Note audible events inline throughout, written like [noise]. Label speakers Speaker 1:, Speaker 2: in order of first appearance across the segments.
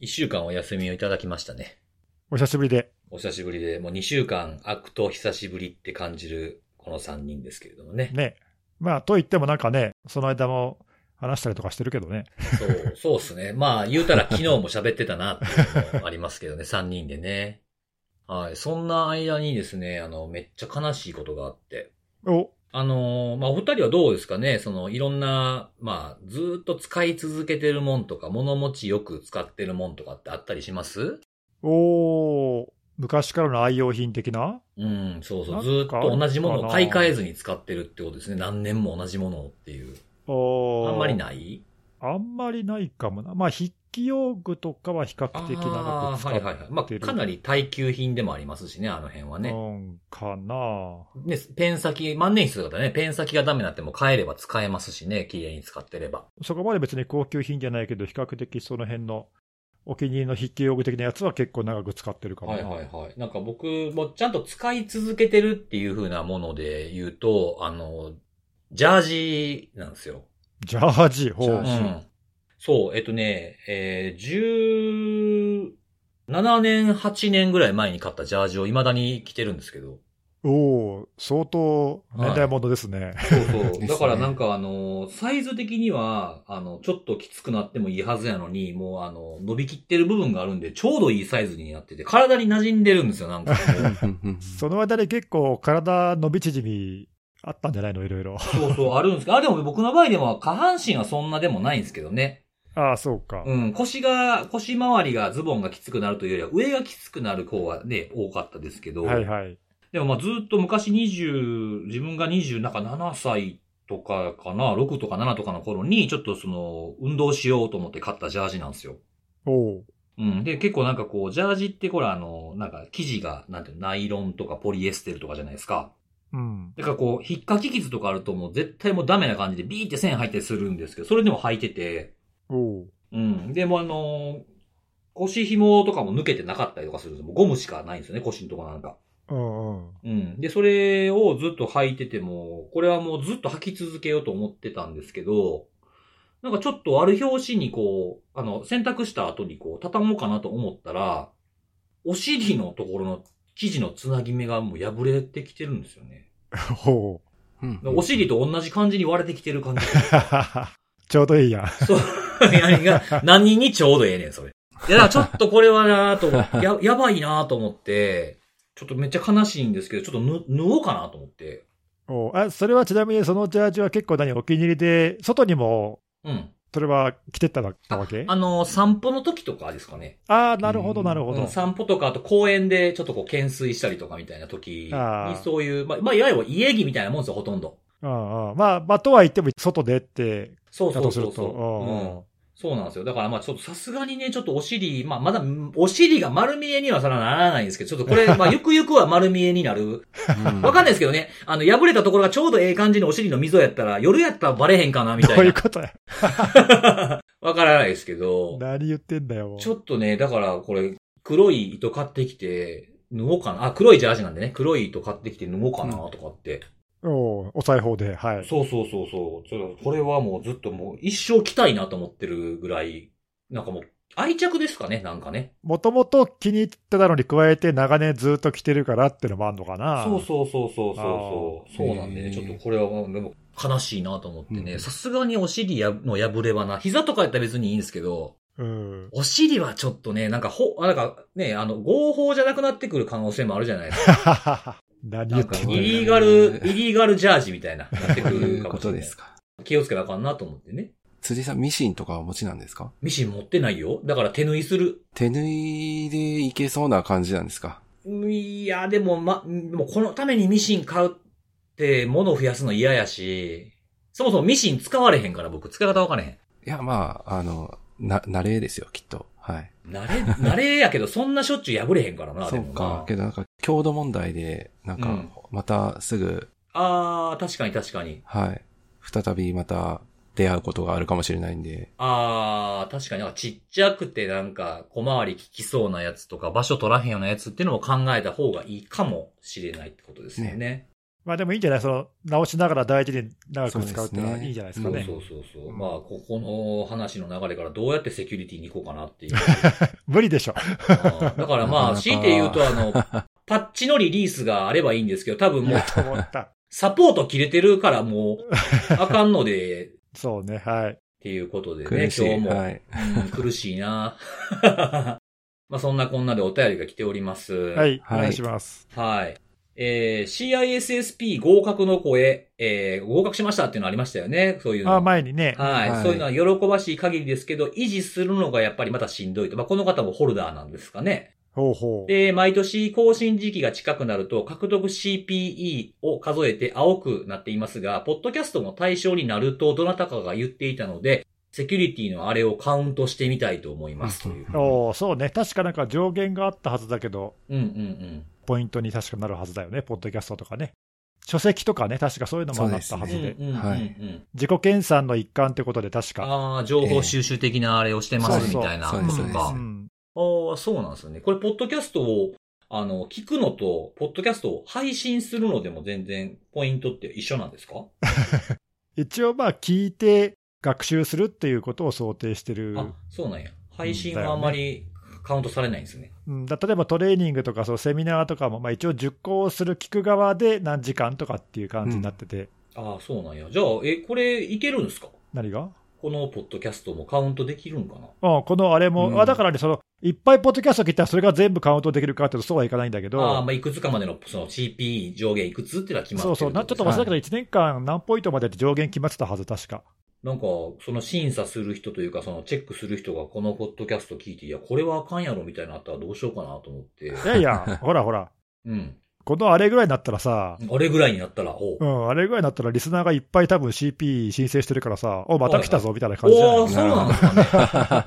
Speaker 1: 一週間お休みをいただきましたね。
Speaker 2: お久しぶりで。
Speaker 1: お久しぶりで、もう二週間空くと久しぶりって感じるこの三人ですけれどもね。
Speaker 2: ね。まあ、と言ってもなんかね、その間も話したりとかしてるけどね。
Speaker 1: そう、そうっすね。まあ、言うたら昨日も喋ってたなっていうのもありますけどね、三人でね。はい。そんな間にですね、あの、めっちゃ悲しいことがあって。
Speaker 2: お、
Speaker 1: あのーまあ、お二人はどうですかねその、いろんな、まあ、ずーっと使い続けてるもんとか、物持ちよく使ってるもんとかってあったりします
Speaker 2: おー昔からの愛用品的な
Speaker 1: うん、そうそ
Speaker 2: な
Speaker 1: う。
Speaker 2: ん
Speaker 1: ずー
Speaker 2: か
Speaker 1: っと同じものを買い
Speaker 2: あるかな
Speaker 1: 替えずに使ってるってことですね。何年も同じものをっていう。
Speaker 2: お
Speaker 1: あんまり
Speaker 2: い。
Speaker 1: ない
Speaker 2: あんまりないかもな。まあ、筆記用具とかは比較
Speaker 1: あ
Speaker 2: 的長く
Speaker 1: ー
Speaker 2: 使
Speaker 1: は
Speaker 2: って
Speaker 1: い
Speaker 2: る。
Speaker 1: はいはい。まあ、かなり耐久品でもありますしね、あの辺はね。
Speaker 2: うん、かな。
Speaker 1: ね、ペン先、万年筆とかね、ペン先がダメになっても変えれば使えますしね、綺麗に使ってれば。
Speaker 2: そこまで別に高級品じゃないけど、比較的その辺のお気に入りの筆記用具的なやつは結構長く使ってるかも
Speaker 1: は
Speaker 2: な。
Speaker 1: いはいはい。なんか僕もちゃんと使い続けてるっていう風なもので言うと、あの、ジャージなんですよ。
Speaker 2: ジャージ、ほ
Speaker 3: ジ
Speaker 2: う
Speaker 3: ャ
Speaker 1: う
Speaker 3: ー。ジ
Speaker 1: ん。そう、えっとね、えー、17年、8年ぐらい前に買ったジャージを未だに着てるんですけど。
Speaker 2: おお相当年代物ですね。
Speaker 1: そうそ [laughs]
Speaker 3: す
Speaker 1: う。
Speaker 3: ね
Speaker 1: だからなんかあの、サイズ的には、あの、ちょっときつくなってもいいはずやのに、もうあの、伸びきってる部分があるんで、ちょうどいいサイズになってて、体に馴染んでるんですよ、 [laughs] なんかもう。
Speaker 2: その間で結構体伸び縮みあったんじゃないのいろいろ。
Speaker 1: そうそう、あるんですけど、あ、でも僕の場合でも下半身はそんなでもないんですけどね。
Speaker 2: ああ、そうか。
Speaker 1: うん、腰が、腰回りがズボンがきつくなるというよりは、上がきつくなる方がね、多かったですけど。
Speaker 2: はいはい。
Speaker 1: でもまあずっと昔20、自分が20、なんか7歳とかかな、6とか7とかの頃に、ちょっとその、運動しようと思って買ったジャージなんですよ。
Speaker 2: おお
Speaker 1: うん。で、結構なんかこう、ジャージってこれあの、なんか生地が、なんていうのナイロンとかポリエステルとかじゃないですか。
Speaker 2: うん。
Speaker 1: だからこう、引っかき傷とかあるともう絶対もうダメな感じでビーって線入ったりするんですけど、それでも履いてて、
Speaker 2: おお
Speaker 1: うん。でもあのー腰紐とかも抜けてなかったりとかするんですよ。もうゴムしかないんですよね、腰のとこなんか。
Speaker 2: うん [laughs] うん。
Speaker 1: うん。で、それをずっと履いてても、これはもうずっと履き続けようと思ってたんですけど、なんかちょっとある表紙にこう、あの、洗濯した後にこう、畳もうかなと思ったら、お尻のところの生地のつなぎ目がもう破れてきてるんですよね。
Speaker 2: ほう。 [laughs]
Speaker 1: お尻と同じ感じに割れてきてる感じ。 [laughs]
Speaker 2: ちょうどいいやん。
Speaker 1: そう。やりが、何にちょうどええねん、それ。いや、だからちょっとこれはなぁと思って、や、やばいなぁと思って、ちょっとめっちゃ悲しいんですけど、ちょっとぬ、縫おうかなと思って。
Speaker 2: おうあそれはちなみにそのジャージは結構何お気に入りで、外にも
Speaker 1: うん。
Speaker 2: それは着てったわけ
Speaker 1: あの、散歩の時とかですかね。
Speaker 2: ああ、なるほどなるほ
Speaker 1: うん
Speaker 2: ど。
Speaker 1: 散歩とか、あと公園でちょっとこう、懸垂したりとかみたいな時
Speaker 2: あ
Speaker 1: に、
Speaker 2: ー
Speaker 1: そういう、まあ、まあ、いわゆる家着みたいなもんですよ、ほとんど。
Speaker 2: うんうん、まあ、まあ、とは言っても、外でって、
Speaker 1: そう
Speaker 2: だ
Speaker 1: そ
Speaker 2: と
Speaker 1: う
Speaker 2: す
Speaker 1: そ
Speaker 2: る
Speaker 1: うそ
Speaker 2: と
Speaker 1: う。うん。
Speaker 2: う
Speaker 1: そうなんですよ。だからまあちょっとさすがにね、ちょっとお尻、まあまだ、うんお尻が丸見えにはそらならないんですけど、ちょっ
Speaker 2: [laughs]
Speaker 1: とこれ、まあゆくゆくは丸見えになる。わかんないですけどね、あの、破れたところがちょうどええ感じのお尻の溝やったら、夜やったらバレへんかな、み
Speaker 2: ん。
Speaker 1: た
Speaker 2: どうい
Speaker 1: いう
Speaker 2: ことや。
Speaker 1: な。わからないですけど。
Speaker 2: 何言ってんだよ。もう
Speaker 1: ちょっとね、だからこれ、黒い糸買ってきて、縫おうかな。あ、黒いジャージなんでね、黒い糸買ってきて縫おうかなとかって。
Speaker 2: おうお裁縫で、はい。
Speaker 1: そうそうそうそう。ちょっとこれはもうずっともう一生着たいなと思ってるぐらい、なんかもう愛着ですかね、なんかね。
Speaker 2: もともと気に入ってたのに加えて、長年ずっと着てるからっていうのもあんのかな。
Speaker 1: そうそうそうそうそうそう。
Speaker 3: あー
Speaker 1: そうなんでね、
Speaker 3: へー
Speaker 1: ちょっとこれはもうでも悲しいなと思って
Speaker 3: う
Speaker 1: ね、
Speaker 3: ん
Speaker 1: さすがにお尻やの破れはな、膝とかやったら別にいいんですけど、
Speaker 2: う。うん。
Speaker 1: お尻はちょっとね、なんかほ、あなんかね、あの、合法じゃなくなってくる可能性もあるじゃないですか
Speaker 2: 何
Speaker 1: な
Speaker 2: 言っ
Speaker 1: んか、
Speaker 2: て
Speaker 1: イ
Speaker 2: んだよ。
Speaker 1: リーガル、イリーガルジャージみたいな、なってく
Speaker 3: とい
Speaker 1: る
Speaker 3: う
Speaker 1: か
Speaker 3: こ
Speaker 1: もしれ
Speaker 3: と
Speaker 1: ない。
Speaker 3: ですか。
Speaker 1: 気をつけなあかんなと思ってね。
Speaker 3: 辻さん、ミシンとかはお持ちなんですか
Speaker 1: ミシン持ってないよ。だから手縫いする。
Speaker 3: 手縫いでいけそうな感じなんですか
Speaker 1: いや、でも、ま、でもこのためにミシン買うって、物を増やすの嫌やし、そもそもミシン使われへんから僕、使い方わからへん。
Speaker 3: いや、まあ、あの、な、慣れですよ、きっと。はい。
Speaker 1: 慣れ、慣れやけど、そんなしょっちゅう破れへんからな、
Speaker 3: [laughs] そ
Speaker 1: で
Speaker 3: う
Speaker 1: も
Speaker 3: か
Speaker 1: な。。
Speaker 3: けどなんか、強度問題で、なん
Speaker 1: う
Speaker 3: か
Speaker 1: ん、
Speaker 3: またすぐ、
Speaker 1: あー、確かに確かに。
Speaker 3: はい。再びまた出会うことがあるかもしれないんで。
Speaker 1: あー、確かになんかちっちゃくてなんか小回り利きそうなやつとか場所取らへんようなやつっていうのも考えた方がいいかもしれないってことですよね。
Speaker 2: まあでもいいんじゃないその、直しながら大事に長く使うっていうの
Speaker 3: そうです
Speaker 2: は
Speaker 3: ね
Speaker 2: いいんじゃないですか
Speaker 1: そう
Speaker 2: ね。
Speaker 1: そうそうそう。
Speaker 2: うん
Speaker 1: まあ、ここの話の流れからどうやってセキュリティに行こうかなっていう。
Speaker 2: 無理でしょ。
Speaker 1: うんだからまあ、強いて言うと、あの、パッチのリリースがあればいいんですけど、多分も [laughs] う、
Speaker 2: と思った。
Speaker 1: サポート切れてるからもう、あかんので、っ
Speaker 2: そうね、はい。
Speaker 1: ていうことでね、
Speaker 3: 苦
Speaker 1: 今
Speaker 3: しい。
Speaker 1: 日も、
Speaker 3: はい。
Speaker 1: うん苦しいな。 [laughs] まあ、そんなこんなでお便りが来ております。
Speaker 2: は、
Speaker 1: はい
Speaker 2: お
Speaker 3: はい
Speaker 2: 願いします。
Speaker 1: はい。えー、CISSP 合格の声、えー合格しましたっていうのありましたよね。そういうの。
Speaker 2: あ、前にね。
Speaker 1: はい、
Speaker 3: はい
Speaker 1: そういうのは喜ばしい限りですけど、維持するのがやっぱりまたしんどいと。まあ、この方もホルダーなんですかね。
Speaker 2: ほうほう。
Speaker 1: で、毎年更新時期が近くなると、獲得 CPE を数えて青くなっていますが、ポッドキャストの対象になると、どなたかが言っていたので、セキュリティのあれをカウントしてみたいと思いますという。
Speaker 2: おーそうね。確かなんか上限があったはずだけど、
Speaker 1: うんうんうん。
Speaker 2: ポイントに確かなるはずだよね。ポッドキャストとかね。書籍とかね、確かそういうのもあったはず
Speaker 1: うん
Speaker 2: で。
Speaker 1: うんうんうん
Speaker 3: はい
Speaker 2: 自己研鑽の一環ってことで確か。
Speaker 1: ああ、情報収集的なあれをしてますみたいな。
Speaker 3: そうですそうです
Speaker 1: か
Speaker 2: う。ん
Speaker 1: ああ、そうなんですよね。これ、ポッドキャストを、あの、聞くのと、ポッドキャストを配信するのでも全然、ポイントって一緒なんですか
Speaker 2: 一応まあ聞いて学習するっていうことを想定してる。
Speaker 1: あ、そうなんや。配信はあんまりカウントされないんですね。
Speaker 2: うん、だ例えばトレーニングとかそうセミナーとかも、まあ、一応受講する聞く側で何時間とかっていう感じになってて、
Speaker 1: ああ、そうなんや。じゃあ、え、これ、いけるんですか
Speaker 2: 何が
Speaker 1: このポッドキャストもカウントできるんかな
Speaker 2: うん、このあれも、
Speaker 3: うん
Speaker 2: あだからね、その、いっぱいポッドキャスト聞いたらそれが全部カウントできるかっていうとそうはいかないんだけど、
Speaker 1: ああ、まあ、いくつかまでの、その CP 上限いくつってのは決まって
Speaker 2: そ
Speaker 1: る
Speaker 2: うそう、なちょっと
Speaker 1: な
Speaker 2: 忘れ
Speaker 1: ん
Speaker 2: たけど、1年間何ポイントまでって上限決まってたはず、確か。
Speaker 1: なんか、その審査する人というか、そのチェックする人がこのポッドキャスト聞いて、いや、これはあかんやろみたいになったらどうしようかなと思
Speaker 2: [laughs]
Speaker 1: って。
Speaker 2: いやいや、ほらほら、
Speaker 1: うん。
Speaker 2: このあれぐらいになったらさ、
Speaker 1: あれぐらいになったら、おう
Speaker 2: うん、あれぐらいになったらリスナーがいっぱい多分 CP 申請してるからさ、お、また来たぞみたいな感じじゃない
Speaker 1: おー、そうなんですかね。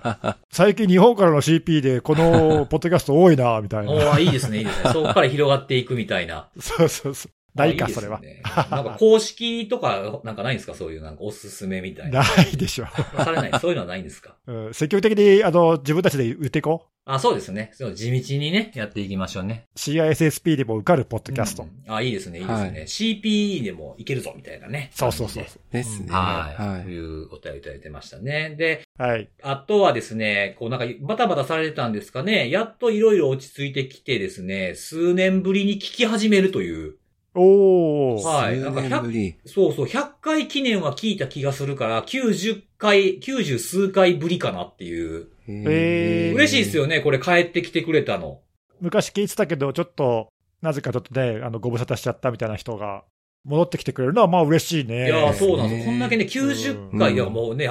Speaker 2: 最近日本からの CP でこのポッドキャスト多いな、みたい
Speaker 1: お
Speaker 2: な。
Speaker 1: ー、いいですね、いいですね。そこから広がっていくみたい
Speaker 2: [laughs]
Speaker 1: な。
Speaker 2: そうそうそう。ないか、
Speaker 1: あいいで
Speaker 2: そ
Speaker 1: す
Speaker 2: れ
Speaker 1: ね
Speaker 2: は。
Speaker 1: なんか公式とか、なんかないんですかそういう、なんかおすすめみたいな。
Speaker 2: ないで
Speaker 1: [laughs]
Speaker 2: しょ。
Speaker 1: されない。そういうのはないんですか
Speaker 2: うん、積極的に、あの、自分たちで売っていこう。
Speaker 1: あ、そうですね。その地道にね、やっていきましょうね。
Speaker 2: CISSP でも受かるポッドキャスト。
Speaker 1: うんあ、いいですね、いいですね。
Speaker 3: は
Speaker 1: CPE でもいけるぞ、みたいなね。
Speaker 2: そうそうそう
Speaker 1: 感じ
Speaker 3: ですね。
Speaker 1: ではい。
Speaker 3: は
Speaker 1: と
Speaker 3: い。
Speaker 1: いうお便りいただいてましたね。で、
Speaker 2: はい。
Speaker 1: あとはですね、こうなんかバタバタされてたんですかね、やっといろいろ落ち着いてきてですね、数年ぶりに聞き始めるという。
Speaker 2: おー。
Speaker 1: はい。な
Speaker 3: 数
Speaker 1: んか
Speaker 3: 年ぶ
Speaker 1: 100、
Speaker 3: り。
Speaker 1: そうそう、100回記念は聞いた気がするから、90回、90数回ぶりかなっていう。
Speaker 2: えー
Speaker 1: 嬉しいですよね、これ帰ってきてくれたの。
Speaker 2: 昔聞いてたけど、ちょっと、なぜかちょっとね、あの、ご無沙汰しちゃったみたいな人が戻ってきてくれるのは、まあ嬉しい
Speaker 1: い
Speaker 2: ね。
Speaker 1: やー、
Speaker 3: え
Speaker 1: そうなんです。こんだけね、
Speaker 2: う
Speaker 1: 90
Speaker 2: ん
Speaker 1: 回、いや、もうね、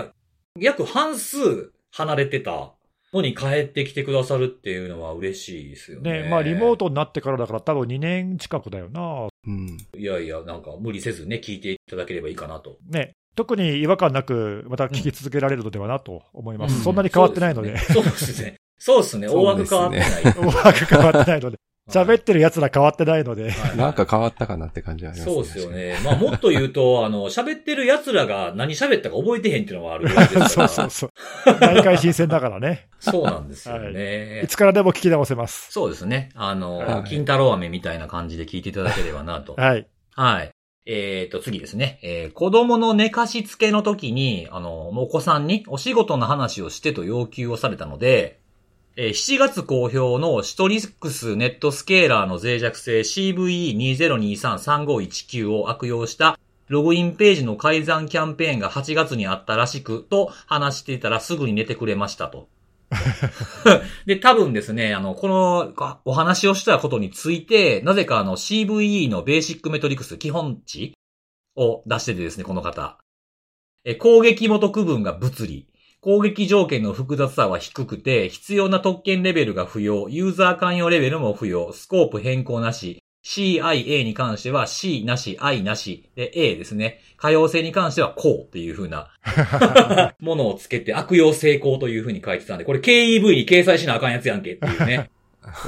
Speaker 1: 約半数離れてたのに帰ってきてくださるっていうのは嬉しいですよね。
Speaker 2: ね、まあリモー。トになってからだから多分2年近くだよな。
Speaker 3: うん。
Speaker 1: いやいや、なんか無理せずね、聞いていただければいいかなと。
Speaker 2: ね。特に違和感なく、また聞き続けられるのではなと思います。
Speaker 1: うん
Speaker 2: そんなに変わってないので。
Speaker 1: そうですね。そうですね。大枠変わってない。
Speaker 2: [laughs] うまく変わっ
Speaker 1: [laughs]
Speaker 2: てないので。喋ってる奴ら変わってないので。
Speaker 1: はい
Speaker 3: [laughs] なんか変わったかなって感じはあります
Speaker 1: そうですよ。ね。まあもっと言うと、あの、喋ってる奴らが何喋ったか覚えてへんっていうのはあるぐらいですか
Speaker 2: [laughs] そう
Speaker 1: ら。
Speaker 2: そうそう。毎回新鮮だからね。
Speaker 1: そうなんですよね。
Speaker 2: いつからでも聞き直せます。
Speaker 1: そうですね。あの、
Speaker 2: はい
Speaker 1: 金太郎飴みたいな感じで聞いていただければなと。
Speaker 2: はい。
Speaker 1: はい。えー、と、次ですね。えー子供の寝かしつけの時に、あの、お子さんにお仕事の話をしてと要求をされたので、えー7月公表のシトリックスネットスケーラーの脆弱性 CVE20233519 を悪用したログインページの改ざんキャンペーンが8月にあったらしく、と話していたらすぐに寝てくれましたと。で、多分ですね、あの、このあお話をしたことについて、なぜかあの CVE のベーシックメトリクス基本値を出しててですね、この方。え、攻撃元区分が物理。攻撃条件の複雑さは低くて、必要な特権レベルが不要、ユーザー関与レベルも不要、スコープ変更なし、CIA に関しては C なし、I なし、で A ですね。可用性に関してはこうっていう風な [laughs] ものをつけて悪用成功という風に書いてたんで、これ KEV に掲載しなあかんやつやんけっていう
Speaker 2: [laughs]
Speaker 1: ね、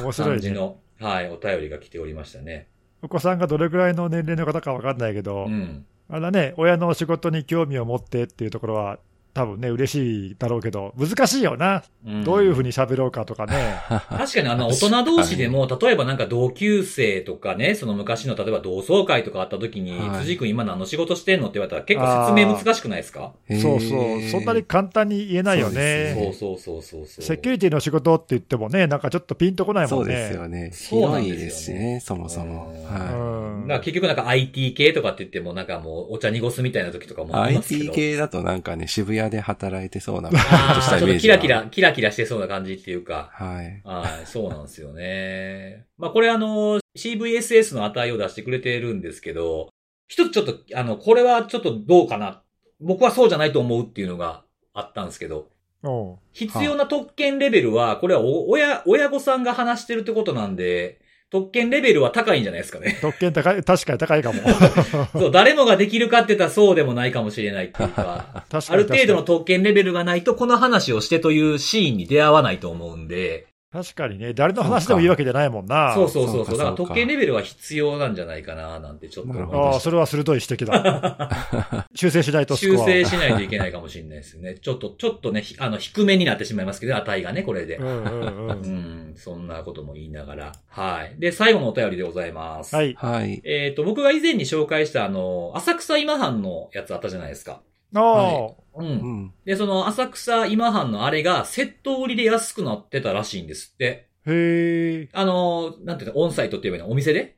Speaker 2: 面白
Speaker 1: 感
Speaker 2: い
Speaker 1: じ
Speaker 2: ね。
Speaker 1: の、はい、お便りが来ておりましたね。
Speaker 2: お子さんがどれくらいの年齢の方かわかんないけど、
Speaker 1: うん。
Speaker 2: あのね、親の仕事に興味を持ってっていうところは、多分ね、嬉しいだろうけど、難しいよな。
Speaker 1: うん
Speaker 2: どういうふうに喋ろうかとかね。
Speaker 1: 確かにあの、大人同士でも、例えばなんか同級生とかね、その昔の例えば同窓会とかあった時に、
Speaker 3: はい
Speaker 1: 辻君今何の仕事してんのって言われたら結構説明難しくないですか
Speaker 3: へー
Speaker 2: そうそう。そんなに簡単に言えないよ
Speaker 3: あー
Speaker 1: そう
Speaker 2: ね。
Speaker 1: そうそうそうそう。
Speaker 2: セキュリティの仕事って言ってもね、なんかちょっとピンとこない
Speaker 3: そ
Speaker 2: も
Speaker 3: うん
Speaker 2: ね。
Speaker 3: ですよね。
Speaker 1: そうなん
Speaker 3: 広
Speaker 1: ですよね
Speaker 3: いですしね、そもそも
Speaker 1: うん。
Speaker 3: は
Speaker 2: うん
Speaker 1: なんか結局なんか IT 系とかって言ってもなんかもうお茶濁すみたいな時とか
Speaker 3: い。
Speaker 1: もありますけど。
Speaker 3: IT 系だとなんかね、渋谷で働いて
Speaker 1: [laughs]
Speaker 3: そうな、ちょっ
Speaker 1: あ
Speaker 3: とし
Speaker 1: ー
Speaker 3: たイ
Speaker 1: ちょっ
Speaker 3: メー
Speaker 1: と
Speaker 3: ジ
Speaker 1: キ
Speaker 3: が
Speaker 1: ラキ。ラ、キラキラしてそうな感じっていうか。
Speaker 3: はい。
Speaker 1: はい、そうなんですよね。 [laughs] まあこれあの、CVSS の値を出してくれてるんですけど、一つちょっと、あの、これはちょっとどうかな。僕はそうじゃないと思うっていうのがあったんですけど、
Speaker 2: うん
Speaker 1: 必要な特権レベルは、これはお親、親御さんが話してるってことなんで、特権レベルは高いんじゃないですかね。
Speaker 2: [laughs] 特権高い、確かに高いかも。、
Speaker 1: [laughs] そう、誰もができるかって言ったらそうでもないかもしれないっていうか
Speaker 2: [laughs] 確か
Speaker 1: あ
Speaker 2: に
Speaker 1: る程度の特権レベルがないと、この話をしてというシーンに出会わないと思うんで、
Speaker 2: 確かにね、誰の話でもいいわけじゃないもんな。
Speaker 1: そうそうそう
Speaker 3: そ
Speaker 1: そうう。だ
Speaker 3: か
Speaker 1: から
Speaker 3: そうか
Speaker 1: 特権レベルは必要なんじゃないかな、なんてちょっと思いま
Speaker 3: なる
Speaker 2: あ
Speaker 1: し
Speaker 2: あ、それは鋭い指摘だ。修正しない
Speaker 1: た。
Speaker 2: とス
Speaker 1: 修
Speaker 2: コアを
Speaker 1: 正しないといけないかもしれないですね。ち [laughs] ょっと、ちょっとね、ひあの、低めになってしまいますけど、値がね、これで
Speaker 2: う。んうんう。
Speaker 1: うんん、そんなことも言いながら。はい。で、最後のお便りでございます。
Speaker 2: は。い。
Speaker 3: はい。
Speaker 1: えっ、と、僕が以前に紹介した、あの、浅草今半のやつあったじゃないですか。
Speaker 2: ああ、
Speaker 1: う。
Speaker 3: うんん。
Speaker 1: で、その、浅草今半のあれが、セット売りで安くなってたらしいんですって。
Speaker 2: へえ。
Speaker 1: あの、なんていうの、オンサイトって言えばいいのお店で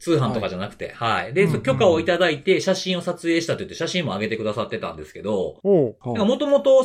Speaker 1: 通販とかじゃなくて、はい。で、
Speaker 2: うんうん
Speaker 1: 許可をいただいて、写真を撮影したと言って、写真も上げてくださってたんですけど、
Speaker 2: おう
Speaker 3: ほ
Speaker 1: な
Speaker 3: う
Speaker 1: んかもともと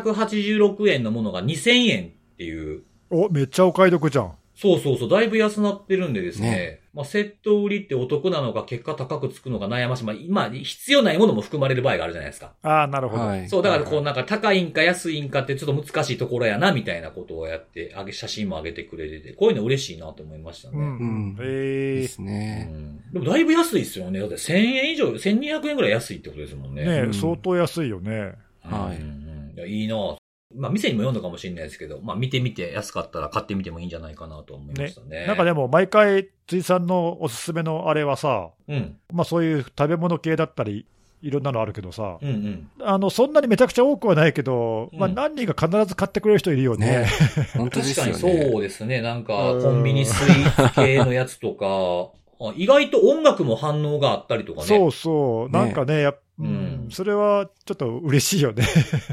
Speaker 1: 3186円のものが2000円っていう、
Speaker 2: お、めっちゃお買い得じゃん。
Speaker 1: そうそうそう、だいぶ安なってるんでですね、
Speaker 3: ね
Speaker 1: まあ、セット売りってお得なのか、結果高くつくのか悩ましい。まあ、今、必要ないものも含まれる場合があるじゃないですか。
Speaker 2: ああ、なるほど。
Speaker 3: はい。
Speaker 1: そう、だから
Speaker 2: は
Speaker 1: こうなんか高いんか安いんかってちょっと難しいところやな、みたいなことをやって、あげ、写真も上げてくれてて、こういうの嬉しいなと思いましたね。
Speaker 2: うんうん。
Speaker 3: うん
Speaker 2: へ
Speaker 3: で
Speaker 2: え。
Speaker 3: すね。
Speaker 1: でもだいぶ安いですよね。だって1000円以上、1200円ぐらい安いってことですもんね。
Speaker 2: ね
Speaker 3: う
Speaker 2: え
Speaker 3: ん
Speaker 2: 相当安いよね。
Speaker 1: うん
Speaker 3: はい
Speaker 1: うんいや、いいなぁまあ、店にも読んだかもしれないですけど、まあ、見てみて、安かったら買ってみてもいいんじゃないかなと思いましたね。
Speaker 2: なんかでも、毎回、辻さんのおすすめのあれはさ、
Speaker 1: うん、
Speaker 2: まあそういう食べ物系だったり、いろんなのあるけどさ、
Speaker 1: うん、うん。
Speaker 2: あの、そんなにめちゃくちゃ多くはないけど、まあ
Speaker 1: うん
Speaker 2: 何人か必ず買ってくれる人いるよね
Speaker 1: [laughs]
Speaker 3: ね。本当で
Speaker 1: 確
Speaker 3: す
Speaker 1: か
Speaker 3: よ
Speaker 1: に
Speaker 3: ね。
Speaker 1: そうですね。なんか、
Speaker 2: うん
Speaker 1: コンビニスイーツ系のやつとか、あ意外と音楽も反応があったりとかね。
Speaker 2: そうそう。
Speaker 3: ね
Speaker 2: なんかね、やっう
Speaker 1: うん
Speaker 2: ん、それはちょっと嬉しいよね。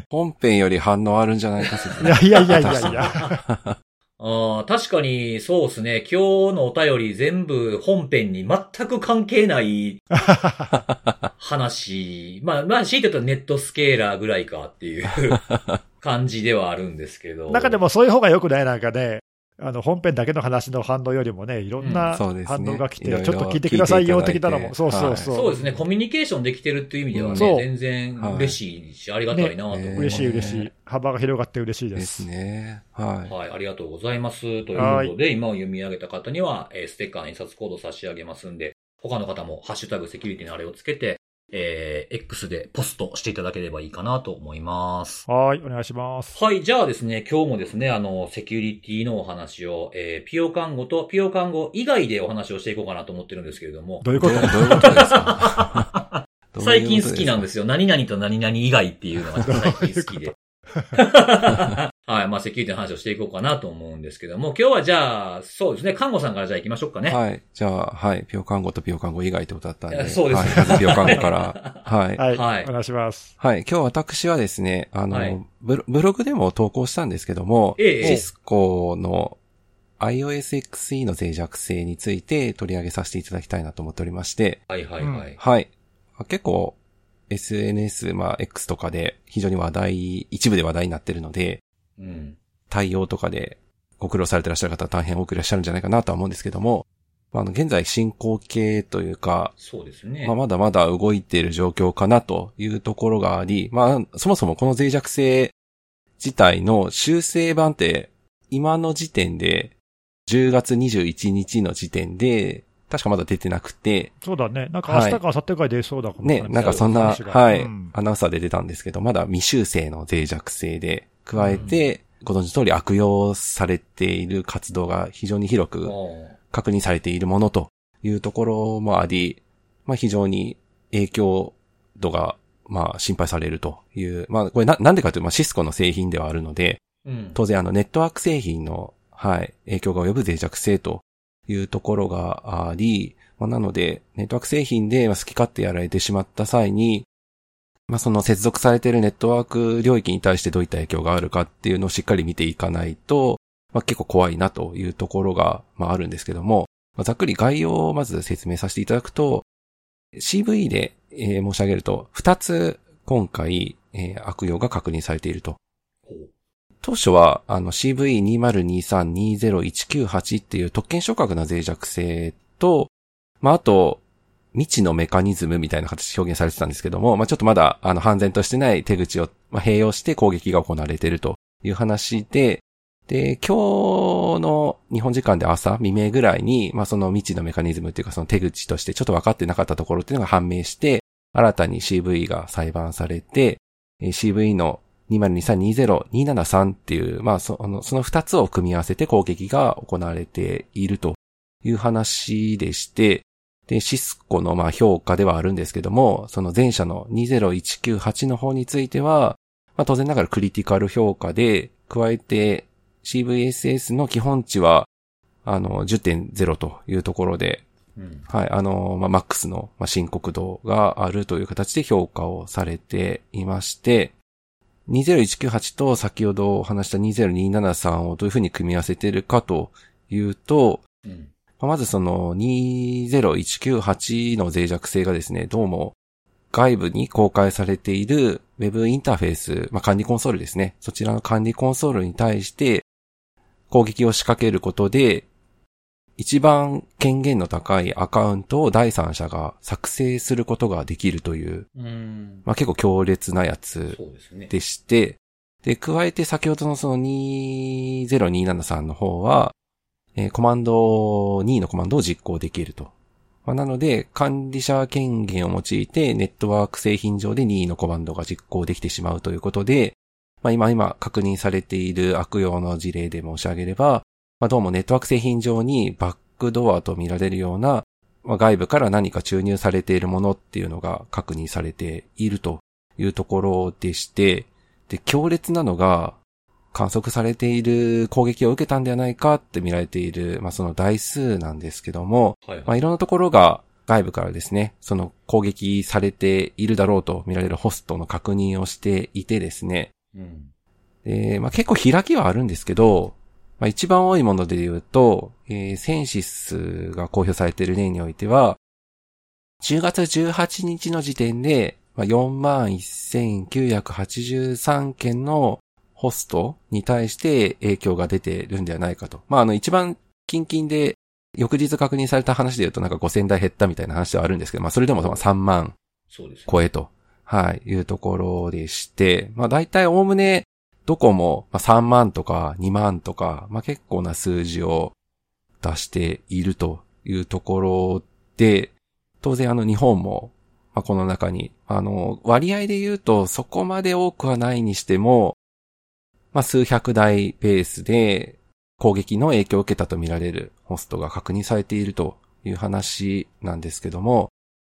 Speaker 3: 本編より反応あるんじゃないか説
Speaker 2: いやいやいやいやいや。
Speaker 1: ああ、確かに、そうですね。今日のお便り全部本編に全く関係ない話。まあ、まあ、強いて言ったらネットスケーラーぐらいかっていう感じではあるんですけど。
Speaker 2: 中でもそういう方がよくないなんかね、あの、本編だけの話の反応よりもね、いろん
Speaker 1: う
Speaker 2: な
Speaker 3: そうですね
Speaker 2: 反応が来て、
Speaker 3: いろいろ
Speaker 2: ちょっと聞いてくださいよ
Speaker 3: 聞いて
Speaker 2: 的
Speaker 3: いた
Speaker 2: な
Speaker 3: だ
Speaker 2: の
Speaker 3: いて
Speaker 2: も。そうそう
Speaker 1: そ
Speaker 2: そうう。
Speaker 1: そうですね。コミュニケーションできてるっていう意味では
Speaker 3: うん
Speaker 1: ね、
Speaker 2: そう
Speaker 1: 全然嬉しいし、ありがたいなと思います、
Speaker 3: ね
Speaker 2: 嬉しい嬉しい。幅が広がって嬉しいで。
Speaker 3: ですすね。は
Speaker 1: はい、ありがとうございます。という
Speaker 2: は
Speaker 1: こと
Speaker 2: い
Speaker 1: で、今を読み上げた方には、えーステッカーの印刷コードを差し上げますんで、他の方もハッシュタグセキュリティのあれをつけて、えー X でポストしていただければいいかなと思います。
Speaker 2: はい、お願いします。
Speaker 1: はい、じゃあですね、今日もですね、あの、セキュリティのお話を、えーピオ看護とピオ看護以外でお話をしていこうかなと思ってるんですけれども、
Speaker 2: どうい
Speaker 3: い。
Speaker 2: うこと
Speaker 3: どうどういうことですか。
Speaker 1: [laughs] 最近好きなんですすよ。何々と何々以外っていうのが最近好きで。はい。まあ、セキュリティの話をしていこうかなと思うんですけども、今日はじゃあ、そうですね、看護さんからじゃあ行きましょうかね。
Speaker 3: はい。じゃあ、はい。ピオカンゴとピオカンゴ以外って歌ったん
Speaker 1: いや
Speaker 3: で。
Speaker 1: そうですね
Speaker 3: はい。まずピオカンゴ
Speaker 1: [laughs]
Speaker 3: から。はい。
Speaker 2: はい、
Speaker 1: はい
Speaker 2: お願いします。
Speaker 3: はい。今日私はですね、あの、
Speaker 1: はい
Speaker 3: ブロブログでも投稿したんですけども、
Speaker 1: ええ
Speaker 3: シスコの iOSXE の脆弱性について取り上げさせていただきたいなと思っておりまして、
Speaker 1: はいはいはい。
Speaker 3: はい。結構、SNS、まあ、X とかで非常に話題、一部で話題になってるので、
Speaker 1: うん。
Speaker 3: 対応とかでご苦労されてらっしゃる方は大変多くいらっしゃるんじゃないかなとは思うんですけども、まあ、あの、現在進行形というか、
Speaker 1: そうですね。
Speaker 3: まあ、まだまだ動いている状況かなというところがあり、まあ、そもそもこの脆弱性自体の修正版って、今の時点で、10月21日の時点で、確かまだ出てなくて、
Speaker 2: そうだね。なんか
Speaker 3: はい
Speaker 2: 明日か明後日かで出そうだかも
Speaker 3: ね、なんかそんな、
Speaker 2: 話が
Speaker 3: はい、
Speaker 2: うん
Speaker 3: アナウンサーで出たんですけど、まだ未修正の脆弱性で、加えて、ご存知通り悪用されている活動が非常に広く確認されているものというところもあり、まあ非常に影響度が、まあ、心配されるという。まあ、これな、なんでかというと、まあ、シスコの製品ではあるので、
Speaker 1: うん。
Speaker 3: 当然あの、ネットワーク製品の、はい、影響が及ぶ脆弱性というところがあり、まあ、なので、ネットワーク製品でまあ好き勝手やられてしまった際に、まあ、その接続されているネットワーク領域に対してどういった影響があるかっていうのをしっかり見ていかないと、まあ、結構怖いなというところが、まあ、あるんですけども、まあ、ざっくり概要をまず説明させていただくと、CVE で、えー申し上げると、2つ今回、えー悪用が確認されていると
Speaker 1: ほう
Speaker 3: 当初は、あの CV2023-20198 っていう特権昇格な脆弱性と、まあ、あと、未知のメカニズムみたいな形で表現されてたんですけども、まあ、ちょっとまだ、あの、判然としてない手口を、まあ、併用して攻撃が行われているという話で、で、今日の日本時間で朝、未明ぐらいに、まあ、その未知のメカニズムっていうかその手口としてちょっと分かってなかったところっていうのが判明して、新たに CV が裁判されて、えー CV の2023-20273っていう、まあそあの、その2つを組み合わせて攻撃が行われているという話でして、で、シスコのまあ評価ではあるんですけども、その前者の20198の方については、まあ当然ながらクリティカル評価で、加えて CVSS の基本値は、あの、10.0というところで、
Speaker 1: うん。
Speaker 3: はい、あの、まあ、マックスの、まあ、深刻度があるという形で評価をされていまして、20198と先ほどお話した20273をどういうふうに組み合わせているかというと、
Speaker 1: うん。
Speaker 3: まあまずその20198の脆弱性がですね、どうも外部に公開されている Web インターフェース、まあ、管理コンソールですね。そちらの管理コンソールに対して攻撃を仕掛けることで、一番権限の高いアカウントを第三者が作成することができるという、
Speaker 1: うん。
Speaker 3: まあ、結構強烈なやつ
Speaker 1: そうですね。
Speaker 3: でして、で、加えて先ほどのその20273の方は、えーコマンド2のコマンドを実行できると。まあなので、管理者権限を用いて、ネットワーク製品上で2のコマンドが実行できてしまうということで、まあ今、今確認されている悪用の事例で申し上げれば、まあどうもネットワーク製品上にバックドアと見られるような、まあ外部から何か注入されているものっていうのが確認されているというところでして、で、強烈なのが、観測されている攻撃を受けたんではないかって見られている、まあ、その台数なんですけども、
Speaker 1: はい
Speaker 3: ま
Speaker 1: は
Speaker 3: あ、
Speaker 1: い。
Speaker 3: いろんなところが外部からですね、その攻撃されているだろうと見られるホストの確認をしていてですね、
Speaker 1: うん。
Speaker 3: で、まあ、結構開きはあるんですけど、まあ、一番多いもので言うと、えーセンシスが公表されている年においては、10月18日の時点で、まあ、41,983件のホストに対して影響が出てるんではないかと。まあ、あの、一番近々で、翌日確認された話で言うとなんか5000台減ったみたいな話ではあるんですけど、まあ、それでもまあ3万
Speaker 1: そうですね。
Speaker 3: 超えと、はい、いうところでして、まあ大体おおむね、どこもまあ3万とか2万とか、まあ結構な数字を出しているというところで、当然あの日本も、まあこの中に、あの、割合で言うとそこまで多くはないにしても、まあ数百台ベースで攻撃の影響を受けたとみられるホストが確認されているという話なんですけども、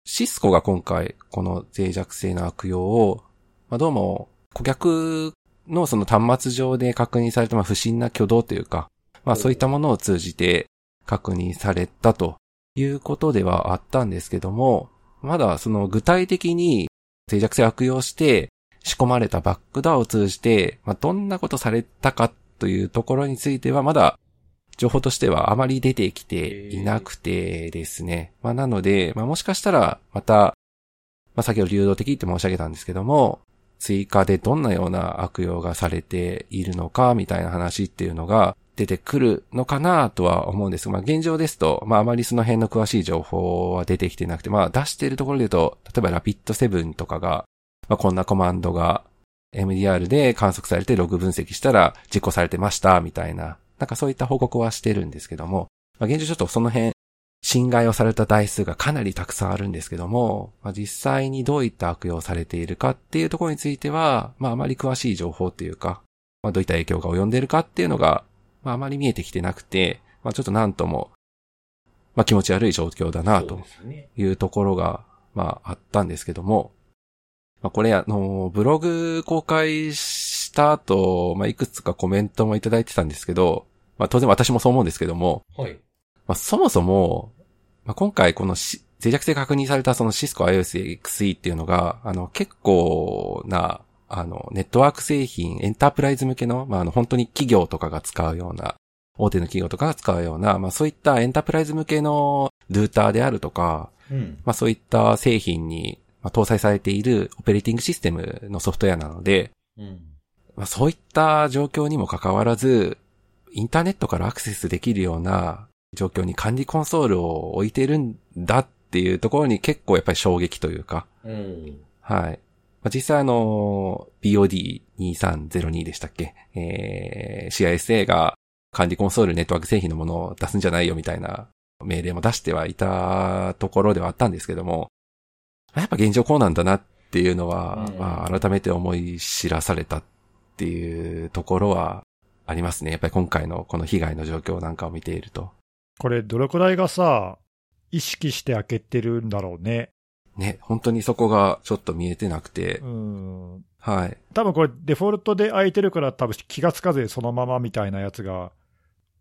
Speaker 3: シスコが今回、この脆弱性の悪用を、まあ、どうも、顧客のその端末上で確認されたまあ不審な挙動というか、まあそういったものを通じて確認されたということではあったんですけども、まだその具体的に脆弱性を悪用して仕込まれたバックダウを通じて、まあどんなことされたかというところについてはまだ情報としてはあまり出てきていなくてですね。まあなので、まあもしかしたらまた、まあ先ほど流動的って申し上げたんですけども、追加でどんなような悪用がされているのか、みたいな話っていうのが出てくるのかなとは思うんですが、まあ現状ですと、まああまりその辺の詳しい情報は出てきてなくて、まあ出しているところで言うと、例えばラピッドセブンとかが、まあこんなコマンドが MDR で観測されてログ分析したら実行されてました、みたいな、なんかそういった報告はしてるんですけども、まあ現状ちょっとその辺、侵害をされた台数がかなりたくさんあるんですけども、まあ、実際にどういった悪用されているかっていうところについては、まあ、あまり詳しい情報っていうか、まあ、どういった影響が及んでいるかっていうのが、まあ、あまり見えてきてなくて、まあ、ちょっとなんとも、まあ、気持ち悪い状況だな
Speaker 1: そう
Speaker 3: と
Speaker 1: ですね。
Speaker 3: いうところが、まあ、あったんですけども、ままあ、これ、あの、ブログ公開した後、まあ、いくつかコメントもいただいてたんですけど、まあ、当然私もそう思うんですけども、
Speaker 1: はい。
Speaker 3: まあ、そもそも、まあ、今回このし脆弱性確認されたそのシスコ iOSXE っていうのが、あの、結構な、あの、ネットワーク製品、エンタープライズ向けの、まあ、あの、本当に企業とかが使うような、大手の企業とかが使うような、まあ、そういったエンタープライズ向けのルーターであるとか、
Speaker 1: うん。
Speaker 3: まあ、そういった製品に、まあ、搭載されているオペレーティングシステムのソフトウェアなので、
Speaker 1: うん。
Speaker 3: まあ、そういった状況にもかかわらず、インターネットからアクセスできるような状況に管理コンソールを置いてるんだっていうところに結構やっぱり衝撃というか、
Speaker 1: うん。
Speaker 3: はい。まあ、実際あの、BOD2302 でしたっけえー、CISA が管理コンソールネットワーク製品のものを出すんじゃないよみたいな命令も出してはいたところではあったんですけども、やっぱ現状こうなんだなっていうのは、
Speaker 1: うん
Speaker 3: まあ改めて思い知らされたっていうところはありますね。やっぱり今回のこの被害の状況なんかを見ていると。
Speaker 2: これ、どれくらいがさ、意識して開けてるんだろうね。
Speaker 3: ね、本当にそこがちょっと見えてなくて
Speaker 2: う、ん。
Speaker 3: はい。
Speaker 2: 多分これ、デフォルトで開いてるから、多分気がつかずにそのままみたいなやつが、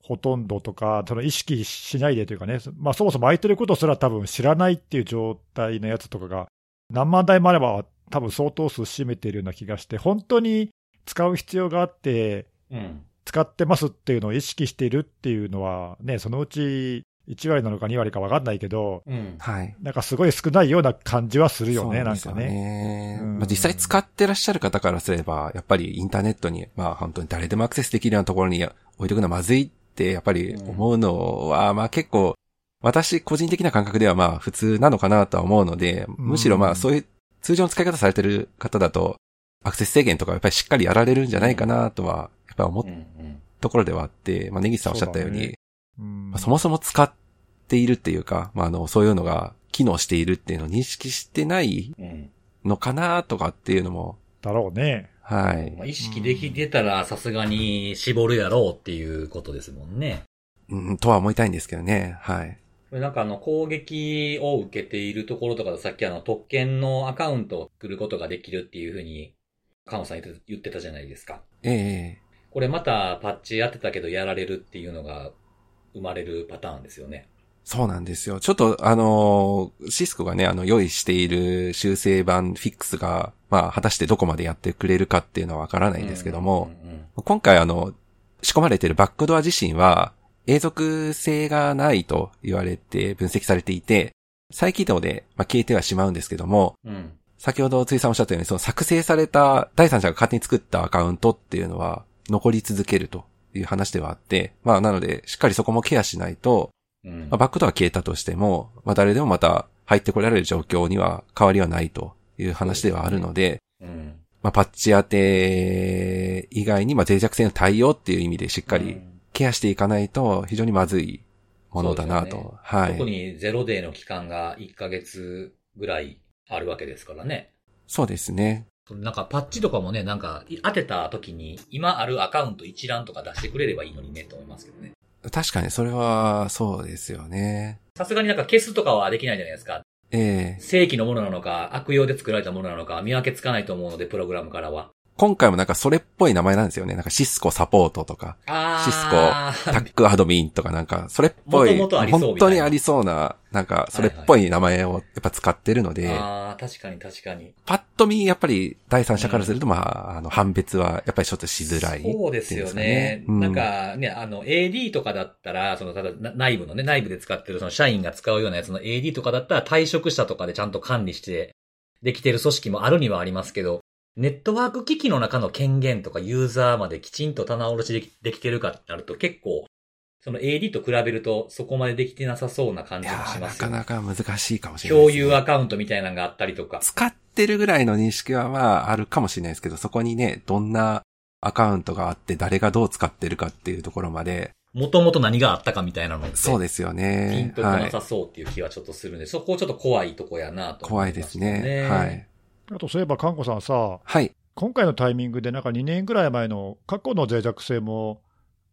Speaker 2: ほとんどとか、その意識しないでというかね、まあ、そもそも開いてることすら多分知らないっていう状態のやつとかが、何万台もあれば、多分相当数占めているような気がして、本当に使う必要があって、
Speaker 1: うん。
Speaker 2: 使ってますっていうのを意識しているっていうのは、ね、そのうち1割なのか2割か分かんないけど、
Speaker 1: うん。
Speaker 3: はい。
Speaker 2: なんかすごい少ないような感じはするよね、
Speaker 3: そう
Speaker 2: なん
Speaker 3: です
Speaker 2: か
Speaker 3: よ
Speaker 2: ね。
Speaker 3: ね
Speaker 2: うん
Speaker 3: まあ、実際使ってらっしゃる方からすれば、やっぱりインターネットに、まあ本当に誰でもアクセスできるようなところに置いておくのはまずいって、やっぱり思うのは、まあ結構、私個人的な感覚ではまあ普通なのかなとは思うので、
Speaker 2: うん
Speaker 3: むしろまあそういう通常の使い方されてる方だと、アクセス制限とかやっぱりしっかりやられるんじゃないかなとは、やっぱり思っ
Speaker 1: う
Speaker 3: た
Speaker 1: ん。
Speaker 3: ところではあって、まあ根岸さんおっしゃったよう
Speaker 2: そう
Speaker 3: に
Speaker 2: だ、ねうん
Speaker 3: まあそもそも使っているっていうか、まああの、そういうのが機能しているっていうのを認識してない
Speaker 1: うん。
Speaker 3: のかなとかっていうのも、
Speaker 2: だろうね。
Speaker 3: はい
Speaker 1: まあ、。意識できてたらさすがに絞るやろうっていうことですもんね。
Speaker 3: うん、とは思いたいんですけどね。はい。
Speaker 1: これなんかあの攻撃を受けているところとかでさっきあの特権のアカウントを作ることができるっていうふうに、カノさん言って言ってたじゃないですか。
Speaker 3: ええ
Speaker 1: これまたパッチやってたけどやられるっていうのが生まれるパターンですよね。
Speaker 3: そうなんですよ。ちょっと、あのーシスコがね、あの、用意している修正版フィックスが、まあ、果たしてどこまでやってくれるかっていうのはわからないんですけども、
Speaker 1: うんうん
Speaker 3: 今回あの、仕込まれているバックドア自身は、永続性がないと言われて分析されていて、再起動で、まあ、消えてはしまうんですけども、
Speaker 1: うん。うん
Speaker 3: 先ほどついさんおっしゃったように、その作成された第三者が勝手に作ったアカウントっていうのは残り続けるという話ではあって、まあなのでしっかりそこもケアしないと、
Speaker 1: うん
Speaker 3: まあ、バックドア消えたとしても、まあ誰でもまた入ってこられる状況には変わりはないという話ではあるので、
Speaker 1: うん
Speaker 3: まあパッチ当て以外にまあ脆弱性の対応っていう意味でしっか
Speaker 1: う
Speaker 3: り
Speaker 1: ん
Speaker 3: ケアしていかないと非常にまずいものだなと。
Speaker 1: そうですよね
Speaker 3: はい。
Speaker 1: 特にゼロデーの期間が1ヶ月ぐらいあるわけですからね。
Speaker 3: そうですね。
Speaker 1: そのなんかパッチとかもね、なんかい当てた時に今あるアカウント一覧とか出してくれればいいのにねと思いますけどね。
Speaker 3: 確かにそれはそうですよね。
Speaker 1: さすがになんか消すとかはできないじゃないですか。
Speaker 3: ええ
Speaker 1: 正規のものなのか、悪用で作られたものなのか、見分けつかないと思うので、プログラムからは。
Speaker 3: 今回もなんかそれっぽい名前なんですよね。なんかシスコサポートとか、シスコ
Speaker 1: あ
Speaker 3: タ
Speaker 1: ー
Speaker 3: ックアドミンとかなんか、それっぽい、
Speaker 1: 元々ありそうみたいな
Speaker 3: 本当にありそうな、なんかそれっぽい名前をやっぱ使ってるので、
Speaker 1: あー、確かに確かに。
Speaker 3: パッと見やっぱり第三者からすると、まあ、あの、判別はやっぱりちょっとしづらい。
Speaker 1: そうですよね。
Speaker 3: うん
Speaker 1: なんかね、あの、AD とかだったら、その、ただ、な内部のね、内部で使ってる、その、社員が使うようなやつの AD とかだったら、退職者とかでちゃんと管理して、できてる組織もあるにはありますけど、ネットワーク機器の中の権限とかユーザーまできちんと棚卸しできできてるかってなると結構、その AD と比べるとそこまでできてなさそうな感
Speaker 3: い
Speaker 1: じ
Speaker 3: や
Speaker 1: がし
Speaker 3: ー
Speaker 1: ま
Speaker 3: な
Speaker 1: すよ
Speaker 3: か
Speaker 1: ね
Speaker 3: なか難しいかもしれない
Speaker 1: 共
Speaker 3: ですね、
Speaker 1: 有アカウントみたいなのがあったりとか。
Speaker 3: 使ってるぐらいの認識はまああるかもしれないですけど、そこにね、どんなアカウントがあって誰がどう使ってるかっていうところまで、
Speaker 1: もともと何があったかみたいなのって。
Speaker 3: そうですよね。
Speaker 1: ピンとこ
Speaker 3: は
Speaker 1: ないさそうっていう気はちょっとするんで、そこをちょっと怖いとこやなと思
Speaker 3: 怖い
Speaker 1: ま
Speaker 3: で
Speaker 1: した
Speaker 3: すね。はい。
Speaker 2: あとそういえば、かんこさんさ、
Speaker 3: はい。
Speaker 2: 今回のタイミングで、なんか2年ぐらい前の過去の脆弱性も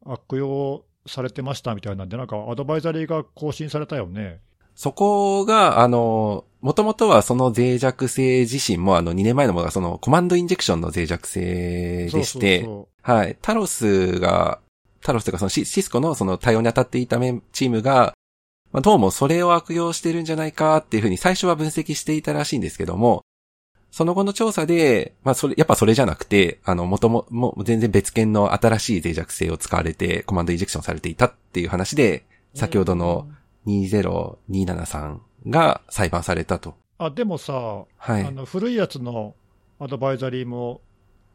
Speaker 2: 悪用されてましたみたいなんで、なんかアドバイザリーが更新されたよね。
Speaker 3: そこが、あの、もともとはその脆弱性自身もあの2年前のものがそのコマンドインジェクションの脆弱性でして、
Speaker 2: そう
Speaker 3: はい。タロスが、タロスというかそのシシスコのその対応に当たっていたメンチームが、まあ、どうもそれを悪用してるんじゃないかっていうふうに最初は分析していたらしいんですけども、その後の調査で、まあそれ、やっぱそれじゃなくて、あの、元も、もう全然別件の新しい脆弱性を使われて、コマンドインジェクションされていたっていう話で、先ほどの20273が裁判されたと。
Speaker 2: あでもさ、
Speaker 3: は
Speaker 2: あ
Speaker 3: い。
Speaker 2: の古いやつのアドバイザリーも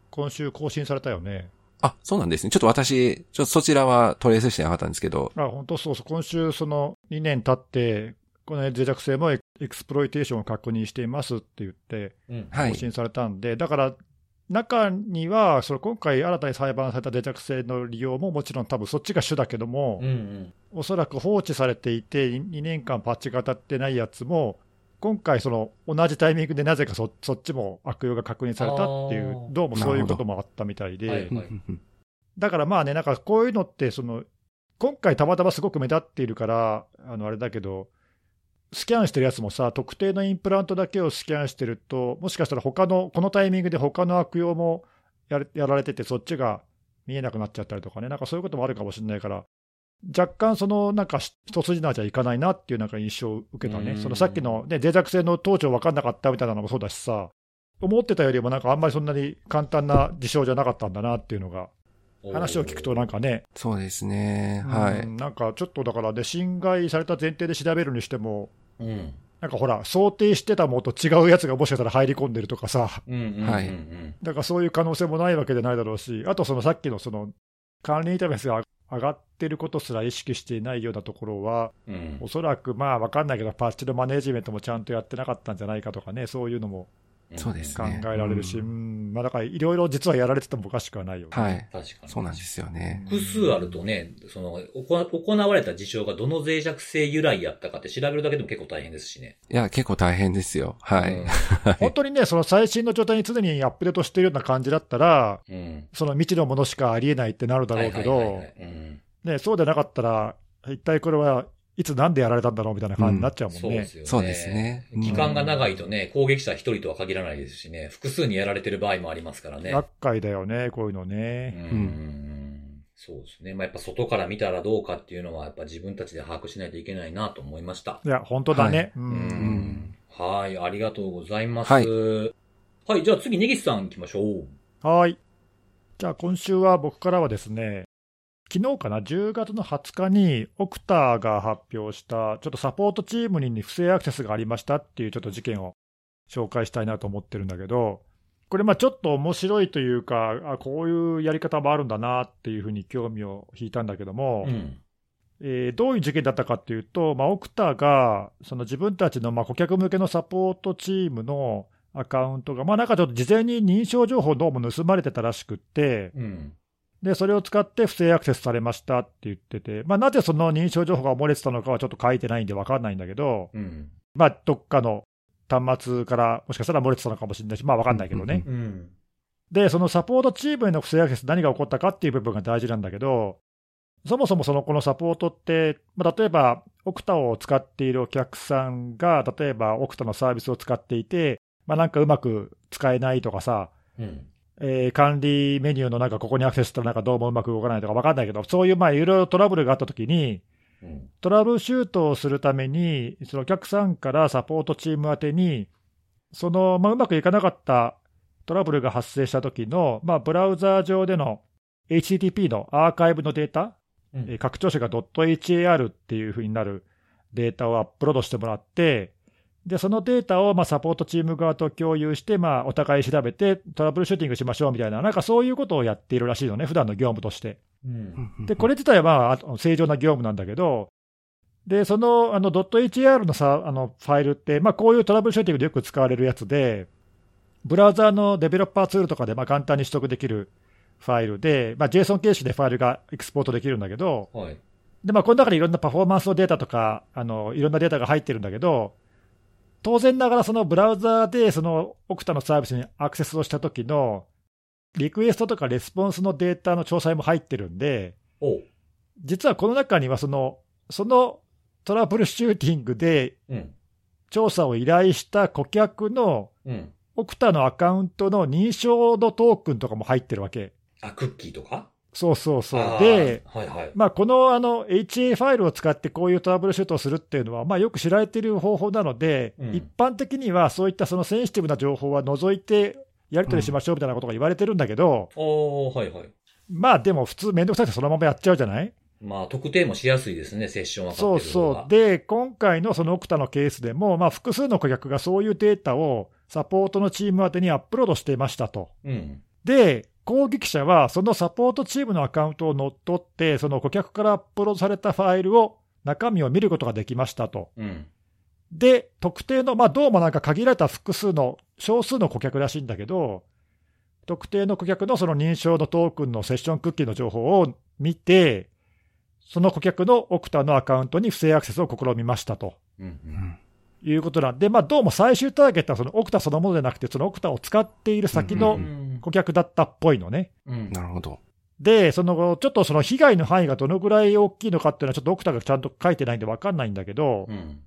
Speaker 2: 今週更新されたよね。
Speaker 3: あ、そうなんですね。ちょっと私、ちょっとそちらはトレースしてなかったんですけど、
Speaker 2: あ本当そうそう、今週、その2年経って、この脆弱性もエエクスプロイテーションを確認していますって言って、
Speaker 1: うん。
Speaker 3: はい
Speaker 2: 更新されたんで、だから中には、その今回新たに裁判された脆弱性の利用ももちろん、多分そっちが主だけども、
Speaker 1: うんうん。
Speaker 2: おそらく放置されていて、2年間パッチが当たってないやつも、今回、その同じタイミングでなぜかそそっちも悪用が確認されたってい
Speaker 1: あ
Speaker 2: う
Speaker 1: ー、
Speaker 2: どうもそういうこともあったみたい
Speaker 1: なる
Speaker 2: で
Speaker 1: ほ。どはい
Speaker 2: だからまあね、なんかこういうのってその、今回たまたますごく目立っているから、あのあれだけど、スキャンしてるやつもさ、特定のインプラントだけをスキャンしてると、もしかしたら他の、このタイミングで他の悪用もやれやられてて、そっちが見えなくなっちゃったりとかね、なんかそういうこともあるかもしれないから、若干、そのなんかし一筋縄じゃいかないなっていうなんか印象を受けたね、
Speaker 1: うん
Speaker 2: そのさっきの、ね、脆弱性の当庁分かんなかったみたいなのもそうだしさ、思ってたよりもなんかあんまりそんなに簡単な事象じゃなかったんだなっていうのが話を聞くと、なんかね、
Speaker 3: そうですね。は
Speaker 2: う
Speaker 3: い。
Speaker 2: んなんかちょっとだからね、侵害された前提で調べるにしても、
Speaker 1: うん。
Speaker 2: なんかほら、想定してたものと違うやつがもしかしたら入り込んでるとかさ、
Speaker 1: うんうんうんうん。
Speaker 3: はい
Speaker 2: だからそういう可能性もないわけじゃないだろうし、あとそのさっきのその管理インターフェースが上がってることすら意識していないようなところは、
Speaker 1: うん
Speaker 2: お。そらくまあ分かんないけど、パッチのマネジメントもちゃんとやってなかったんじゃないかとかね、そういうのも
Speaker 3: そうです
Speaker 2: 考
Speaker 3: ね
Speaker 2: えられるし、
Speaker 3: う
Speaker 2: うんまあ、だからいろいろ実はやられててもおかしくはないよね。
Speaker 3: はい。
Speaker 1: 確かに。
Speaker 3: そうなんですよね。
Speaker 1: 複数あるとね、その、おこ行われた事象がどの脆弱性由来やったかって調べるだけでも結構大変ですしね。
Speaker 3: いや、結構大変ですよ。はい。
Speaker 1: うん
Speaker 2: 本当にね、その最新の状態に常にアップデートしてるような感じだったら、
Speaker 1: うん。
Speaker 2: その未知のものしかありえないってなるだろうけ
Speaker 1: はいはいはい
Speaker 2: ど
Speaker 1: は、いうん
Speaker 2: ね、そうでなかったら、一体これはいつなんでやられたんだろうみたいな感じになっちゃうもん
Speaker 1: そうで
Speaker 2: ね。
Speaker 1: すよね。
Speaker 3: そうです。ね。うん
Speaker 1: 期間が長いとね、攻撃者一人とは限らないですしね、複数にやられてる場合もありますからね。
Speaker 2: 厄介だよね、こういうのね。
Speaker 1: うんそうですね。まあ、やっぱ外から見たらどうかっていうのは、やっぱ自分たちで把握しないといけないなと思いました。
Speaker 2: いや、本当だね。う
Speaker 1: うんん。はい、ありがとうございます。は
Speaker 3: はいい。
Speaker 1: じゃあ次、ネギスさん行きましょう。
Speaker 2: はい。じゃあ今週は僕からはですね、昨日かな、10月の20日に、オクタが発表した、ちょっとサポートチームに不正アクセスがありましたっていうちょっと事件を紹介したいなと思ってるんだけど、これ、まあちょっと面白いというか、あこういうやり方もあるんだなっていうふうに興味を引いたんだけども、
Speaker 1: うん。
Speaker 2: えーどういう事件だったかっていうと、まあ、オクタがその自分たちのまあ顧客向けのサポートチームのアカウントが、まあ、なんかちょっと事前に認証情報どうも盗まれてたらしくって、
Speaker 1: うん。
Speaker 2: でそれを使って不正アクセスされましたって言ってて、まあ、なぜその認証情報が漏れてたのかはちょっと書いてないんで分かんないんだけど、
Speaker 1: うん。
Speaker 2: まあ、どっかの端末からもしかしたら漏れてたのかもしれないし、まあ、分かんないけどね。
Speaker 3: うんうんうん
Speaker 1: うん。
Speaker 2: で、そのサポートチームへの不正アクセス、何が起こったかっていう部分が大事なんだけど、そもそもそのこのサポートって、まあ、例えば、オクタを使っているお客さんが、例えばオクタのサービスを使っていて、まあ、なんかうまく使えないとかさ、
Speaker 1: うん。
Speaker 2: えー管理メニューのなんかここにアクセスしたらなんかどうもうまく動かないとかわかんないけど、そういうまあいろいろトラブルがあったときに、
Speaker 1: うん。
Speaker 2: トラブルシュートをするために、そのお客さんからサポートチーム宛てに、その、まあ、うまくいかなかったトラブルが発生した時の、まあ、ブラウザー上での HTTP のアーカイブのデータ、
Speaker 1: うん
Speaker 2: えー拡張子が .har っていう風になるデータをアップロードしてもらって、で、そのデータをまあサポートチーム側と共有して、まあ、お互い調べてトラブルシューティングしましょうみたいな、なんかそういうことをやっているらしいのね、普段の業務として。
Speaker 1: うん。
Speaker 2: で、これ自体はまああの正常な業務なんだけど、で、その、あの、.hr のさ、あの、ファイルって、まあ、こういうトラブルシューティングでよく使われるやつで、ブラウザーのデベロッパーツールとかで、まあ、簡単に取得できるファイルで、まあ、JSON 形式でファイルがエクスポートできるんだけど、
Speaker 1: はい。
Speaker 2: で、まあ、この中でいろんなパフォーマンスのデータとか、あの、いろんなデータが入ってるんだけど、当然ながらそのブラウザーでそのオクタのサービスにアクセスをした時の、リクエストとかレスポンスのデータの詳細も入ってるんで、
Speaker 1: おう。
Speaker 2: 実はこの中にはその、そのトラブルシューティングで
Speaker 1: うん。
Speaker 2: 調査を依頼した顧客の
Speaker 1: うん。
Speaker 2: オクタのアカウントの認証のトークンとかも入ってるわけ。
Speaker 1: あ、クッキーとか
Speaker 2: そうそうそう。
Speaker 1: あー
Speaker 2: で、
Speaker 1: はいはい。
Speaker 2: まあ、このあの HA ファイルを使ってこういうトラブルシュートをするっていうのは、まあ、よく知られている方法なので、
Speaker 1: うん
Speaker 2: 一般的にはそういったそのセンシティブな情報は除いて、やり取りしましょうみたいなことが言われてるんだけど、
Speaker 1: おー、はいはい。
Speaker 2: まあでも普通、面倒くさくてそのままやっちゃうじゃない
Speaker 1: まあ、特定もしやすいですね、セッション分か
Speaker 2: そ
Speaker 1: っ
Speaker 2: う
Speaker 1: てる方が。
Speaker 2: そう、で、今回のそのオクタのケースでも、まあ、複数の顧客がそういうデータをサポートのチーム宛てにアップロードしていましたと。
Speaker 1: うん。
Speaker 2: で、攻撃者はそのサポートチームのアカウントを乗っ取って、その顧客からアップロードされたファイルを、中身を見ることができましたと。
Speaker 1: うん。
Speaker 2: で、特定の、まあ、どうもなんか限られた複数の、少数の顧客らしいんだけど、特定の顧客のその認証のトークンのセッションクッキーの情報を見て、その顧客のオクタのアカウントに不正アクセスを試みましたと
Speaker 1: うんう。
Speaker 3: うんん
Speaker 2: いうことなんで、まあ、どうも最終ターゲットはそのオクタそのものじゃなくて、そのオクタを使っている先
Speaker 1: う
Speaker 2: の
Speaker 1: ん
Speaker 2: 顧客だったっぽいのね。
Speaker 1: うん
Speaker 3: なるほど。
Speaker 2: で、その後、ちょっとその被害の範囲がどのぐらい大きいのかっていうのは、ちょっとオクタがちゃんと書いてないんで分かんないんだけど、
Speaker 1: うん。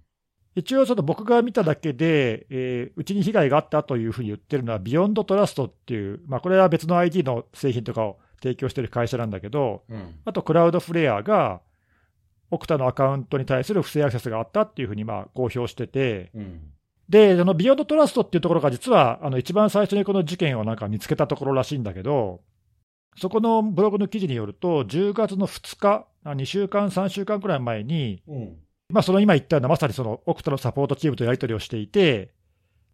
Speaker 2: 一応、ちょっと僕が見ただけで、えーうちに被害があったというふうに言ってるのは、ビヨンドトラストっていう、まあ、これは別の ID の製品とかを提供している会社なんだけど、
Speaker 1: うん。
Speaker 2: あとクラウドフレアが、オクタのアカウントに対する不正アクセスがあったっていうふうにまあ公表してて、
Speaker 1: うん。
Speaker 2: で、そのビヨンドトラストっていうところが、実はあの一番最初にこの事件をなんか見つけたところらしいんだけど、そこのブログの記事によると、10月の2日、2週間、3週間くらい前に、
Speaker 1: うん。
Speaker 2: まあ、その今言ったような、まさにそのオクタのサポートチームとやり取りをしていて、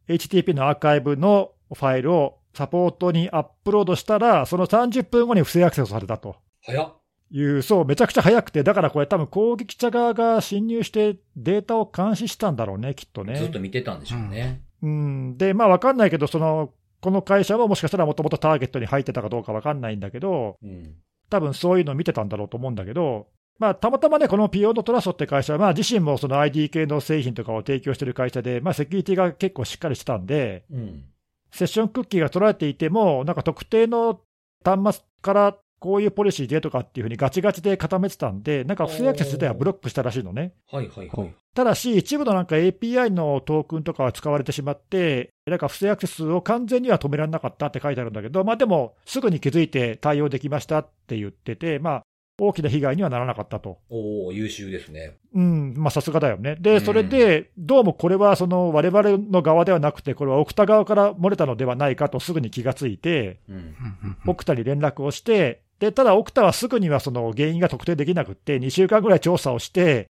Speaker 2: HTTP のアーカイブのファイルをサポートにアップロードしたら、その30分後に不正アクセスされたと
Speaker 1: 早っ。
Speaker 2: いう、そう、めちゃくちゃ早くて、だからこれ、多分攻撃者側が侵入してデータを監視したんだろうね、きっと
Speaker 1: ずっ
Speaker 2: ね
Speaker 1: と。見てたんでしょうね。
Speaker 2: うん、で、まあ、わかんないけど、その、この会社ももしかしたらもともとターゲットに入ってたかどうかわかんないんだけど、
Speaker 1: うん。
Speaker 2: 多分そういうのを見てたんだろうと思うんだけど、まあ、たまたまね、このピオードトラストって会社は、まあ、自身もその ID 系の製品とかを提供してる会社で、まあ、セキュリティが結構しっかりしてたんで、
Speaker 1: うん。
Speaker 2: セッションクッキーが取られていても、なんか特定の端末からこういうポリシーでとかっていうふうにガチガチで固めてたんで、なんか不正アクセス自体はブロックしたらしいのね。
Speaker 1: はいはいはい。
Speaker 2: ただし、一部のなんか API のトークンとかは使われてしまって、なんか不正アクセスを完全には止められなかったって書いてあるんだけど、まあでも、すぐに気づいて対応できましたって言ってて、まあ、大きな被害にはならなかったと。
Speaker 1: おー、優秀ですね。
Speaker 2: うん、まあさすがだよね。
Speaker 1: う
Speaker 2: で、
Speaker 1: ん
Speaker 2: それで、どうもこれはその我々の側ではなくて、これはオクタ側から漏れたのではないかとすぐに気がついて、
Speaker 1: うん。
Speaker 2: オクタに連絡をして、で、ただオクタはすぐにはその原因が特定できなくって、2週間ぐらい調査をして、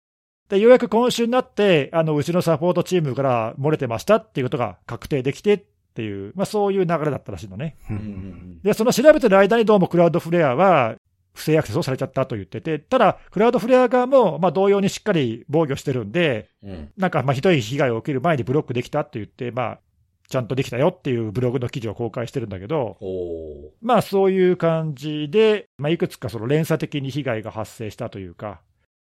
Speaker 2: で、ようやく今週になって、あの、うちのサポートチームから漏れてましたっていうことが確定できてっていう、まあそういう流れだったらしいのね。
Speaker 3: う
Speaker 1: うんん。
Speaker 2: で、その調べてる間にどうもクラウドフレアは、不正アクセスをされちゃったと言ってて、ただ、クラウドフレア側も、まあ同様にしっかり防御してるんで、
Speaker 1: うん。
Speaker 2: なんか、まあ、ひどい被害を受ける前にブロックできたって言って、まあ、ちゃんとできたよっていうブログの記事を公開してるんだけど、
Speaker 1: おー。
Speaker 2: まあそういう感じで、まあ、いくつかその連鎖的に被害が発生したというか、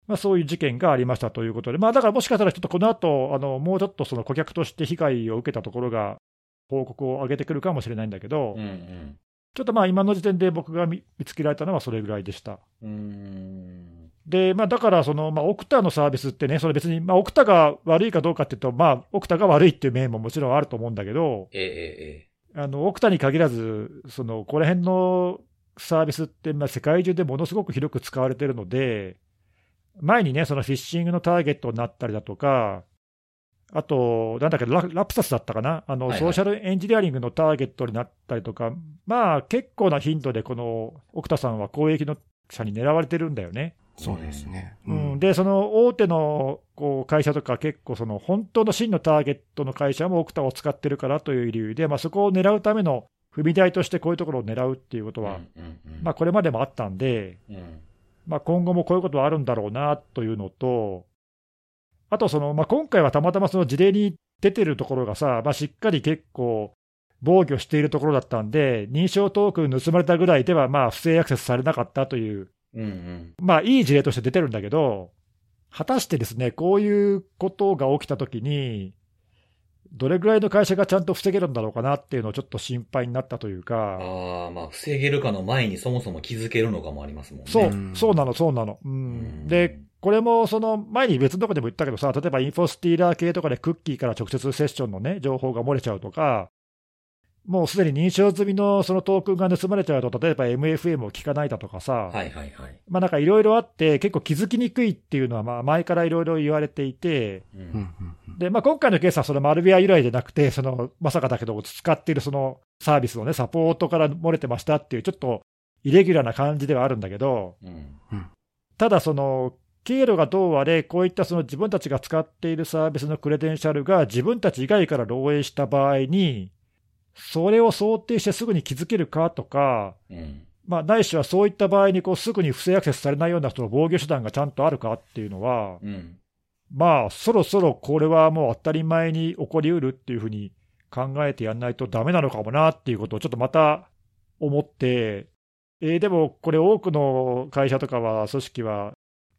Speaker 2: まあ、そういう事件がありましたということで、まあ、だからもしかしたらちょっとこの後あのもうちょっとその顧客として被害を受けたところが、報告を上げてくるかもしれないんだけど、
Speaker 1: うんうん。
Speaker 2: ちょっとまあ今の時点で僕が見見つけられたのはそれぐらいでした。
Speaker 1: うーん。
Speaker 2: で、まあ、だからその、まあ、オクタのサービスってね、それ別に、まあ、オクタが悪いかどうかっていうと、まあ、オクタが悪いっていう面ももちろんあると思うんだけど、
Speaker 1: えええ
Speaker 2: あの、オクタに限らず、その、この辺のサービスって、まあ、世界中でものすごく広く使われてるので、前にね、そのフィッシングのターゲットになったりだとか、あと、なんだっけ、ララプサスだったかなあの、
Speaker 1: はいはい
Speaker 2: ソーシャルエンジニアリングのターゲットになったりとか、まあ、結構な頻度で、この、オクタさんは公益の者に狙われてるんだよね。
Speaker 3: そうですね。
Speaker 2: うん、で、その大手のこう会社とか、結構、その本当の真のターゲットの会社もオクタを使ってるからという理由で、まあ、そこを狙うための踏み台として、こういうところを狙うっていうこと
Speaker 1: え
Speaker 2: は、
Speaker 1: うんうんうん
Speaker 2: まあ、これまでもあったんで、
Speaker 1: うん
Speaker 2: まあ、今後もこういうことはあるんだろうなというのと、あとその、まあ、今回はたまたまその事例に出てるところがさ、まあ、しっかり結構、防御しているところだったんで、認証トークン盗まれたぐらいでは、まあ、不正アクセスされなかったという
Speaker 1: うんうん。
Speaker 2: まあ、いい事例として出てるんだけど、果たしてですね、こういうことが起きたときに、どれぐらいの会社がちゃんと防げるんだろうかなっていうのをちょっと心配になったというか、
Speaker 1: ああ、まあ、防げるかの前にそもそも気づけるのかもありますもんね。
Speaker 2: そう
Speaker 3: う、ん
Speaker 2: そうなの、そうなの。う、
Speaker 1: うんん
Speaker 2: で、これもその前に別のとこでも言ったけどさ、例えばインフォスティーラー系とかでクッキーから直接セッションの、ね、情報が漏れちゃうとか、もうすでに認証済みのそのトークンが盗まれちゃうと、例えば MFM を聞かないだとかさ、
Speaker 1: はいはいはい。
Speaker 2: まあなんかいろいろあって、結構気づきにくいっていうのは、まあ前からいろいろ言われていて、
Speaker 1: う。
Speaker 3: うんんうんうん
Speaker 2: で、まあ今回のケースはそのマルウェア由来でなくて、そのまさかだけど使っているそのサービスのね、サポートから漏れてましたっていう、ちょっとイレギュラーな感じではあるんだけど、
Speaker 1: うん。
Speaker 2: ただその、経路がどうあれ、こういったその自分たちが使っているサービスのクレデンシャルが自分たち以外から漏洩した場合に、それを想定してすぐに気づけるかとか、
Speaker 1: うん。
Speaker 2: まあ、ないしはそういった場合にこうすぐに不正アクセスされないようなその防御手段がちゃんとあるかっていうのは、
Speaker 1: うん。
Speaker 2: まあ、そろそろこれはもう当たり前に起こりうるっていうふうに考えてやんないとダメなのかもなっていうことをちょっとまた思って、えーでもこれ多くの会社とかは、組織は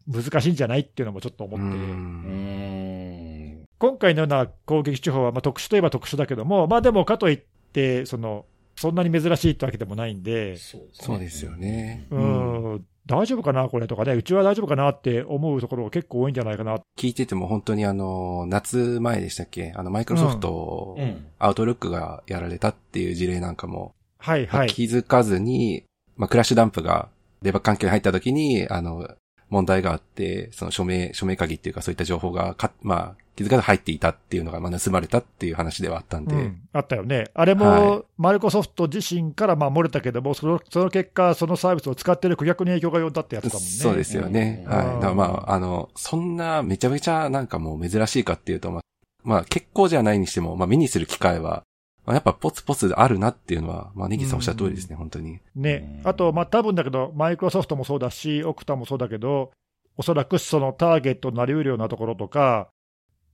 Speaker 2: 難しいんじゃないっていうのもちょっと思
Speaker 3: う
Speaker 2: って、
Speaker 1: うんん。
Speaker 2: 今回のような攻撃手法はまあ特殊といえば特殊だけども、まあでもかといって、その、そんなに珍しいってわけでもないんで、
Speaker 1: そうですね
Speaker 3: そうですよね。
Speaker 2: う
Speaker 3: うん
Speaker 2: ん、大丈夫かな、これとかね、うちは大丈夫かなって思うところが結構多いんじゃないかな。
Speaker 3: 聞いてても本当にあの、夏前でしたっけあの、マイクロソフト、
Speaker 1: うん。
Speaker 3: アウトルックがやられたっていう事例なんかも、
Speaker 2: はい
Speaker 3: まあ
Speaker 2: はい。
Speaker 3: 気づかずに、まあ、クラッシュダンプがデバッグ環境に入った時に、あの、問題があって、その署名、署名鍵っていうかそういった情報がか、まあ、気づかず入っていたっていうのが、まあ、盗まれたっていう話ではあったんで、
Speaker 2: うんあったよね。あれも、
Speaker 3: は
Speaker 2: マルコソフト自身からまあ漏れたけども、そのその結果、そのサービスを使ってる顧客に影響が及んだってやつだもんね。
Speaker 3: そうですよね。
Speaker 1: うん
Speaker 3: はい。
Speaker 2: うん
Speaker 3: だからまあ、あの、そんなめちゃめちゃなんかもう珍しいかっていうと、まあ、まあ結構じゃないにしても、まあ目にする機会は、まあ、やっぱポツポツあるなっていうのは、まあネギさんおっしゃる通りですね、本当に。
Speaker 2: ね。
Speaker 1: うん
Speaker 2: あと、まあ多分だけど、マイクロソフトもそうだし、オクタもそうだけど、おそらくそのターゲットになりうるようなところとか、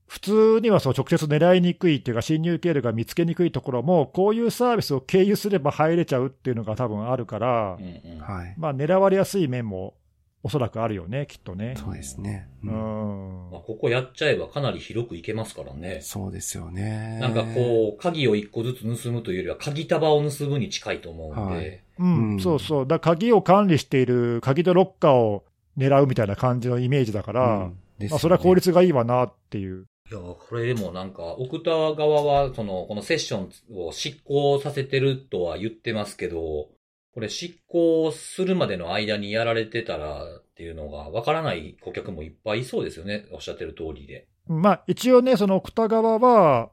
Speaker 2: 普通にはそう直接狙いにくいっていうか、侵入経路が見つけにくいところも、こういうサービスを経由すれば入れちゃうっていうのが多分あるから、
Speaker 1: うんうん。
Speaker 3: はい。
Speaker 2: まあ狙われやすい面もおそらくあるよね、きっとね。
Speaker 3: そうですね。う
Speaker 2: うんん
Speaker 1: まあ、ここやっちゃえばかなり広くいけますからね。
Speaker 3: そうですよね。
Speaker 1: なんかこう、鍵を一個ずつ盗むというよりは、鍵束を盗むに近いと思うん
Speaker 3: は
Speaker 1: で。
Speaker 2: うん
Speaker 3: うん
Speaker 2: そうそう、だから鍵を管理している鍵とロッカーを狙うみたいな感じのイメージだか
Speaker 3: う
Speaker 2: ら、
Speaker 3: んです
Speaker 2: ま
Speaker 3: よね
Speaker 2: あ、それは効率がいいわなっていう、
Speaker 1: い、や、これでもなんか、奥田側は、その、このセッションを執行させてるとは言ってますけど、これ執行するまでの間にやられてたらっていうのが、わからない顧客もいっぱいいそうですよね。おっしゃってる通りで。
Speaker 2: まあ、一応ね、その奥田側は、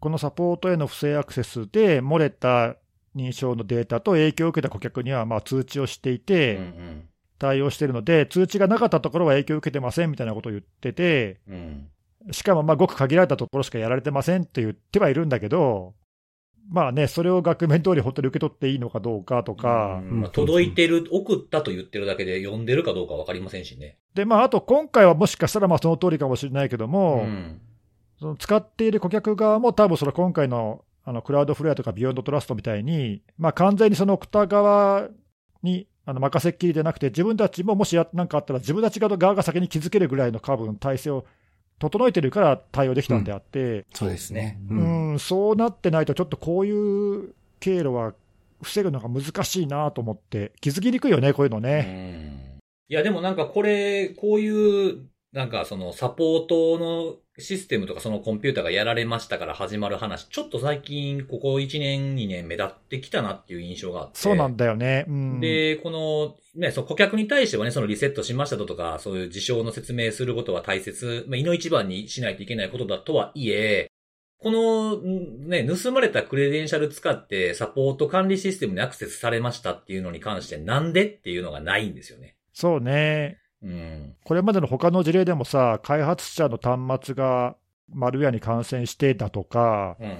Speaker 2: このサポートへの不正アクセスで漏れた認証のデータと影響を受けた顧客にはまあ通知をしてい
Speaker 1: うん
Speaker 2: て、
Speaker 1: うん。
Speaker 2: 対応しているので、通知がなかったところは影響を受けてませんみたいなことを言ってて、
Speaker 1: うん。
Speaker 2: しかもまあごく限られたところしかやられてませんって言ってはいるんだけど、まあね、それを額面通り本当に受け取っていいのかどうかとか。
Speaker 1: うんまあ、届いてる、送ったと言ってるだけで、読んでるかどうかわかりませんしね。
Speaker 2: で、まあ、あと今回はもしかしたらまあその通りかもしれないけど
Speaker 1: う
Speaker 2: も、
Speaker 1: ん。
Speaker 2: その使っている顧客側も、多分その今回のあのクラウドフレアとかビヨンドトラストみたいに、まあ、完全にその北側にあの任せっきりじゃなくて、自分たちももし何かあったら、自分たち側が先に気づけるぐらいの株の体制を整えてるから対応できたんであって、
Speaker 3: そうですね。
Speaker 2: う
Speaker 3: うんん。
Speaker 2: そうなってないと、ちょっとこういう経路は防ぐのが難しいなと思って、気づきにくいよね、こういうのね。
Speaker 1: いや、でもなんかこれ、こういう、なんかそのサポートのシステムとかそのコンピューターがやられましたから始まる話、ちょっと最近ここ1年2年目立ってきたなっていう印象があって。
Speaker 2: そうなんだよね。うん、
Speaker 1: で、この、ね、その顧客に対してはね、そのリセットしましたとか、そういう事象の説明することは大切、まあ、胃の一番にしないといけないことだとはいえ、この、んね、盗まれたクレデンシャル使ってサポート管理システムにアクセスされましたっていうのに関してなんでっていうのがないんですよね。
Speaker 2: そうね。
Speaker 1: うん。
Speaker 2: これまでの他の事例でもさ、開発者の端末がマルウェアに感染してだとか、
Speaker 1: うんうん。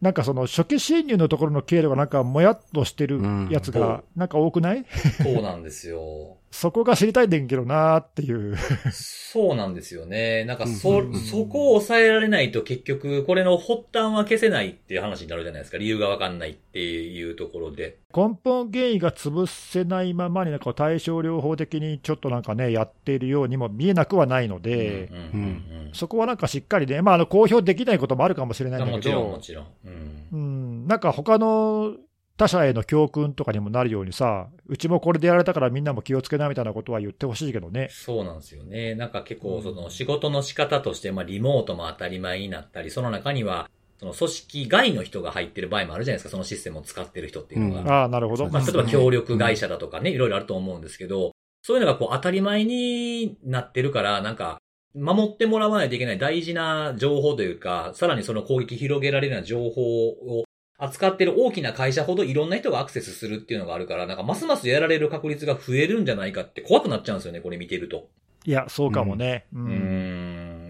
Speaker 2: なんかその初期侵入のところの経路がなんかもやっとしてるやつ
Speaker 1: う
Speaker 2: が
Speaker 1: ん
Speaker 2: なんか多くない、
Speaker 1: そうなんですよ。 [laughs]
Speaker 2: そこが知りたいんだけどなーっていう。
Speaker 1: そうなんですよね。なんか
Speaker 3: うん
Speaker 1: そ、
Speaker 3: うんうん
Speaker 1: そこを抑えられないと結局、これの発端は消せないっていう話になるじゃないですか。理由がわかんないっていうところで。
Speaker 2: 根本原因が潰せないままになんか対症療法的にちょっとなんかね、やっているようにも見えなくはないので、
Speaker 1: うんうんうん
Speaker 2: そこはなんかしっかりね、まあ、あの公表できないこともあるかもしれないん
Speaker 1: うん、
Speaker 2: だ
Speaker 1: も
Speaker 2: け
Speaker 1: ちろん、
Speaker 2: ど
Speaker 1: も、ちろん。うん
Speaker 2: うん、なんか他の他者への教訓とかにもなるようにさ、うちもこれでやられたからみんなも気をつけなみたいなことは言ってほしいけどね。
Speaker 1: そうなんですよね。なんか結構その仕事の仕方として、まあリモートも当たり前になったり、その中には、その組織外の人が入ってる場合もあるじゃないですか、そのシステムを使ってる人っていうのが。
Speaker 3: うん
Speaker 2: ああ、なるほど。
Speaker 3: そう
Speaker 1: まあ、
Speaker 3: で
Speaker 1: 例
Speaker 3: す
Speaker 1: え
Speaker 3: ね
Speaker 1: ば協力会社だとかね、いろいろあると思うんですけど、そういうのがこう当たり前になってるから、なんか、守ってもらわないといけない大事な情報というか、さらにその攻撃広げられるような情報を扱ってる大きな会社ほどいろんな人がアクセスするっていうのがあるから、なんかますますやられる確率が増えるんじゃないかって怖くなっちゃうんですよね、これ見てると。
Speaker 2: いや、そうかもね。う
Speaker 1: うんー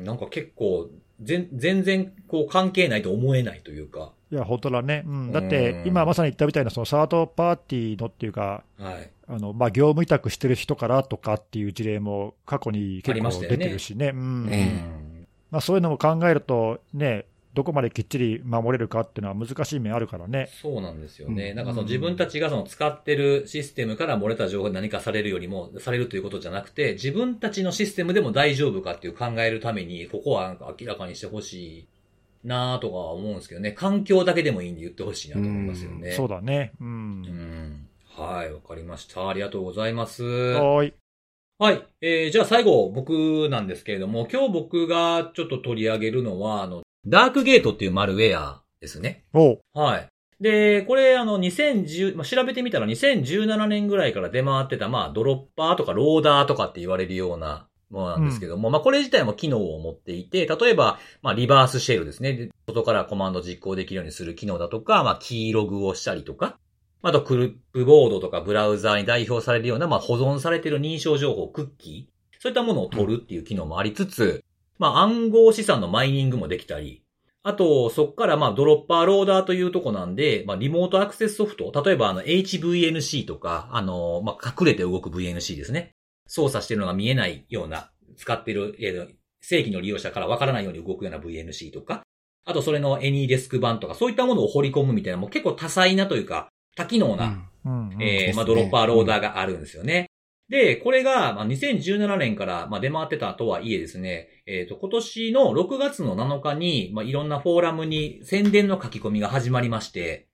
Speaker 1: ん、なんか結構、全全然こう関係ないと思えないというか。
Speaker 2: いや、本当だね。うん、だっ
Speaker 1: う
Speaker 2: て、
Speaker 1: ん
Speaker 2: 今まさに言ったみたいな、そのサードパーティーのっていうか、
Speaker 1: はい。
Speaker 2: あのまあ、業務委託してる人からとかっていう事例も過去に
Speaker 1: あり
Speaker 2: 結
Speaker 1: ま
Speaker 2: 構
Speaker 1: したよね
Speaker 2: 出てるしね、うん
Speaker 3: ええ
Speaker 2: まあ、そういうのも考えると、ね、どこまできっちり守れるかっていうのは難しい面あるからね、
Speaker 1: そうなんですよね。
Speaker 2: うん
Speaker 1: なんかその自分たちがその使ってるシステムから漏れた情報に何かされるよりも、されるということじゃなくて、自分たちのシステムでも大丈夫かっていう考えるために、ここはなんか明らかにしてほしいなぁとかは思うんですけどね。環境だけでもいいんで言ってほしいなと思いますよね。
Speaker 2: そうだね、う、
Speaker 1: うんん。はい、わかりました。ありがとうございます。
Speaker 2: はーい、
Speaker 1: はい。えー、じゃあ最後、僕なんですけれども、今日僕がちょっと取り上げるのは、あの、ダークゲートっていうマルウェアですね。
Speaker 2: おう、
Speaker 1: はい。で、これ、あの、2010、まあ、調べてみたら2017年ぐらいから出回ってた、まあ、ドロッパーとかローダーとかって言われるようなものなんですけども、まあ、これ自体も機能を持っていて、例えば、まあ、リバースシェルですね。で外からコマンド実行できるようにする機能だとか、まあ、キーログをしたりとか、あと、クルップボードとかブラウザーに代表されるような、まあ、保存されている認証情報、クッキー、そういったものを取るっていう機能もありつつ、まあ、暗号資産のマイニングもできたり、あと、そっから、まあ、ドロッパーローダーというとこなんで、まあ、リモートアクセスソフト、例えば、あの、HVNC とか、あの、まあ、隠れて動く VNC ですね。操作してるのが見えないような、使ってる、えー正規の利用者からわからないように動くような VNC とか、あと、それの Any デスク版とか、そういったものを掘り込むみたいな、もう結構多彩なというか、多機能な、
Speaker 2: うんうん
Speaker 1: え
Speaker 3: で
Speaker 1: ー
Speaker 3: す
Speaker 1: まあ、ド
Speaker 3: ね
Speaker 1: ロッパーローダーがあるんですよね。で、これが、まあ、2017年から、まあ、出回ってたとはいえですね、えっ、と、今年の6月の7日に、まあ、いろんなフォーラムに宣伝の書き込みが始まりまして、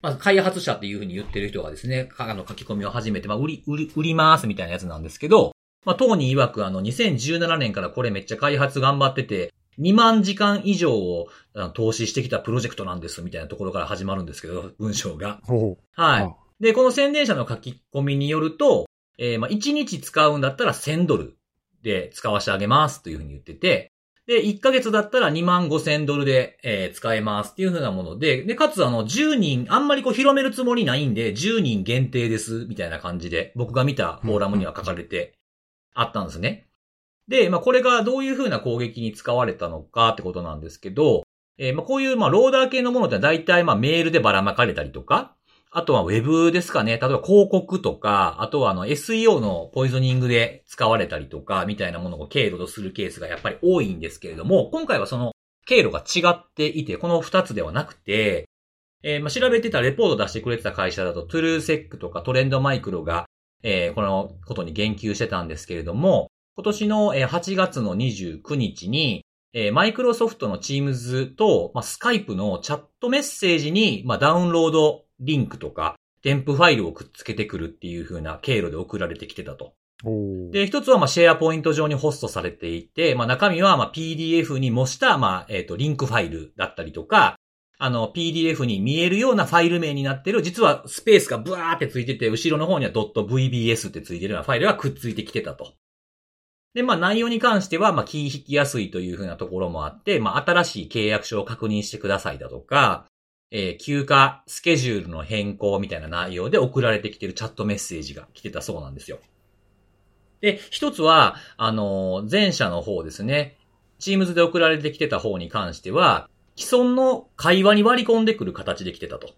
Speaker 1: まあ、開発者っていうふうに言ってる人がですね、かあの書き込みを始めて、まあ、売り、売り、売りますみたいなやつなんですけど、まあ、当人曰くあの、2017年からこれめっちゃ開発頑張ってて、2万時間以上をあの投資してきたプロジェクトなんです、みたいなところから始まるんですけど、文章が。
Speaker 2: おう
Speaker 1: は
Speaker 3: あ
Speaker 1: い。で、この宣伝者の書き込みによると、えーまあ、1日使うんだったら1000ドルで使わせてあげますというふうに言ってて、で、1ヶ月だったら2万5000ドルで、えー使えますっていうふうなもので、で、かつあの、10人、あんまりこう広めるつもりないんで、10人限定です、みたいな感じで、僕が見たフォーラムには書かれてあったんですね。で、まあ、これがどういうふうな攻撃に使われたのかってことなんですけど、えーまあ、こういう、まあ、ローダー系のものって大体、まあ、メールでばらまかれたりとか、あとはウェブですかね。例えば広告とか、あとはあの SEO のポイズニングで使われたりとか、みたいなものを経路とするケースがやっぱり多いんですけれども、今回はその経路が違っていて、この2つではなくて、えーまあ、調べてたレポート出してくれてた会社だと、トゥルーセックとかトレンドマイクロが、えーこのことに言及してたんですけれども、今年のえー8月の29日に、えーマイクロソフトの Teams と、まあ、スカイプのチャットメッセージに、まあ、ダウンロードリンクとか、添付ファイルをくっつけてくるっていう風な経路で送られてきてたと。
Speaker 2: おう
Speaker 1: で、一つはまあシェアポイント上にホストされていて、まあ中身はまあ PDF に模した、まあ、えっ、と、リンクファイルだったりとか、あの、PDF に見えるようなファイル名になってる、実はスペースがブワーってついてて、後ろの方には .vbs ってついてるようなファイルがくっついてきてたと。で、まあ内容に関しては、まあキー引きやすいという風なところもあって、まあ新しい契約書を確認してくださいだとか、えー休暇、スケジュールの変更みたいな内容で送られてきてるチャットメッセージが来てたそうなんですよ。で、一つは、あの、前者の方ですね。Teams で送られてきてた方に関しては、既存の会話に割り込んでくる形で来てたと。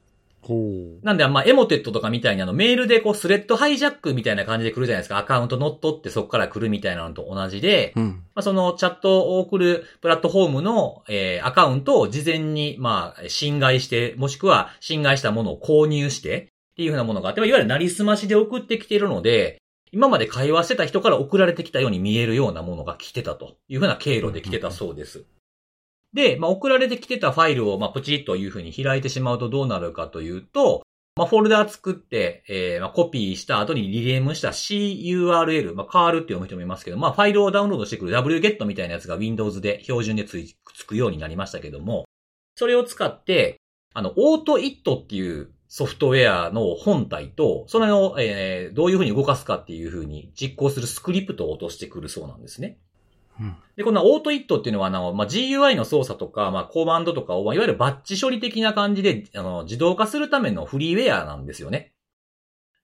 Speaker 2: ほう
Speaker 1: なんで、まあ、エモテットとかみたいにあの、メールでこう、スレッドハイジャックみたいな感じで来るじゃないですか。アカウント乗っ取ってそこから来るみたいなのと同じで、
Speaker 3: うん。
Speaker 1: まあ、そのチャットを送るプラットフォームの、えーアカウントを事前に、まあ、侵害して、もしくは侵害したものを購入して、っていうふうなものがあって、まあいわゆるなりすましで送ってきているので、今まで会話してた人から送られてきたように見えるようなものが来てたというふうな経路で来てたそうです。で、まあ、送られてきてたファイルを、まあ、ポチッというふうに開いてしまうとどうなるかというと、まあ、フォルダー作って、えーまあ、コピーした後にリネームした CURL、まあ、カールって読む人もいますけど、まあ、ファイルをダウンロードしてくる wget みたいなやつが Windows で標準でついつくようになりましたけども、それを使って、あの、AutoIt っていうソフトウェアの本体と、それを、えーどういうふうに動かすかっていうふうに実行するスクリプトを落としてくるそうなんですね。
Speaker 3: うん
Speaker 1: で、このオートイットっていうのは、あの、まあ、GUI の操作とか、まあ、コマンドとかを、まあ、いわゆるバッチ処理的な感じで、あの、自動化するためのフリーウェアなんですよね。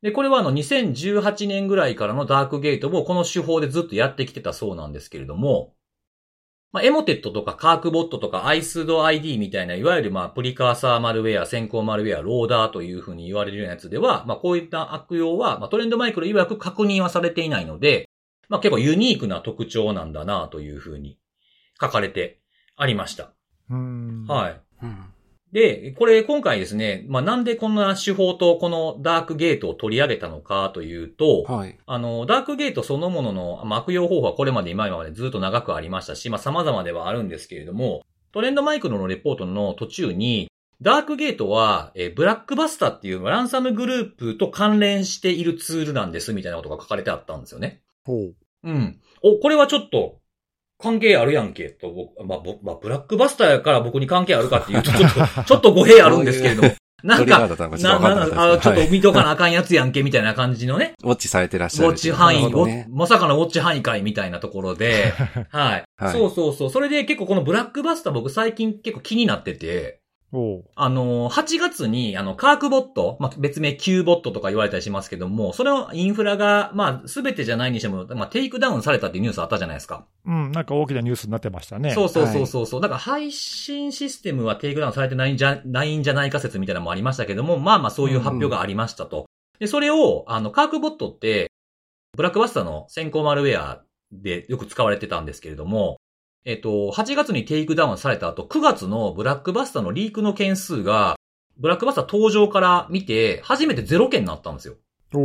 Speaker 1: で、これはあの、2018年ぐらいからのダークゲートもこの手法でずっとやってきてたそうなんですけれども、まあ、エモテットとかカークボットとかアイスド ID みたいな、いわゆるまあ、プリカーサーマルウェア、先行マルウェア、ローダーというふうに言われるようなやつでは、まあ、こういった悪用は、まあ、トレンドマイクロ曰く確認はされていないので、まあ、結構ユニークな特徴なんだなというふうに書かれてありました。
Speaker 2: うん。
Speaker 1: はい。
Speaker 3: うん。
Speaker 1: で、これ今回ですね、まあ、なんでこんな手法とこのダークゲートを取り上げたのかというと、
Speaker 3: はい。
Speaker 1: あの、ダークゲートそのもののまあ悪用方法はこれまで今までずっと長くありましたし、まあ、様々ではあるんですけれども、トレンドマイクロのレポートの途中に、ダークゲートは、えーブラックバスターっていうランサムグループと関連しているツールなんですみたいなことが書かれてあったんですよね。
Speaker 2: ほう。
Speaker 1: うん。お、これはちょっと、関係あるやんけ、と、僕、まあ、僕、まあ、ブラックバスターやから僕に関係あるかっていうと、ちょっ
Speaker 3: [laughs]
Speaker 1: と、ちょっと語弊あるんですけれども。なん
Speaker 3: トリガー
Speaker 1: か、
Speaker 3: だったのかちょっ
Speaker 1: な、
Speaker 3: とわか
Speaker 1: なんん
Speaker 3: なか
Speaker 1: あ
Speaker 3: っ
Speaker 1: ち
Speaker 3: た
Speaker 1: ょっ
Speaker 3: です
Speaker 1: と
Speaker 3: ね
Speaker 1: 見とかなあかんやつやんけ、みたいな感じのね。
Speaker 3: [laughs] ウォッチされてらっ
Speaker 1: ウ
Speaker 3: しゃる。
Speaker 1: ォッチ範囲、
Speaker 3: なるほど
Speaker 1: ウォ
Speaker 3: ね
Speaker 1: ッまさかのウォッチ範囲かいみたいなところ
Speaker 3: [laughs]
Speaker 1: で、はい、
Speaker 3: はい
Speaker 1: そうそうそう。それで結構このブラックバスター僕最近結構気になってて、
Speaker 2: ほう。
Speaker 1: あのー、8月に、あの、カークボット、まあ、別名 Q ボットとか言われたりしますけども、それのインフラが、まあ、すべてじゃないにしても、まあ、テイクダウンされたっていうニュースあったじゃないですか。
Speaker 2: うん、なんか大きなニュースになってましたね。
Speaker 1: そうそうそうそうそう。だから配信システムはテイクダウンされてないんじゃ、ないんじゃないか説みたいなのもありましたけども、まあまあそういう発表がありましたと。で、それを、あの、カークボットって、ブラックバスターの先行マルウェアでよく使われてたんですけれども、えっと、8月にテイクダウンされた後、9月のブラックバスターのリークの件数が、ブラックバスター登場から見て、初めて0件になったんですよ。
Speaker 2: ほ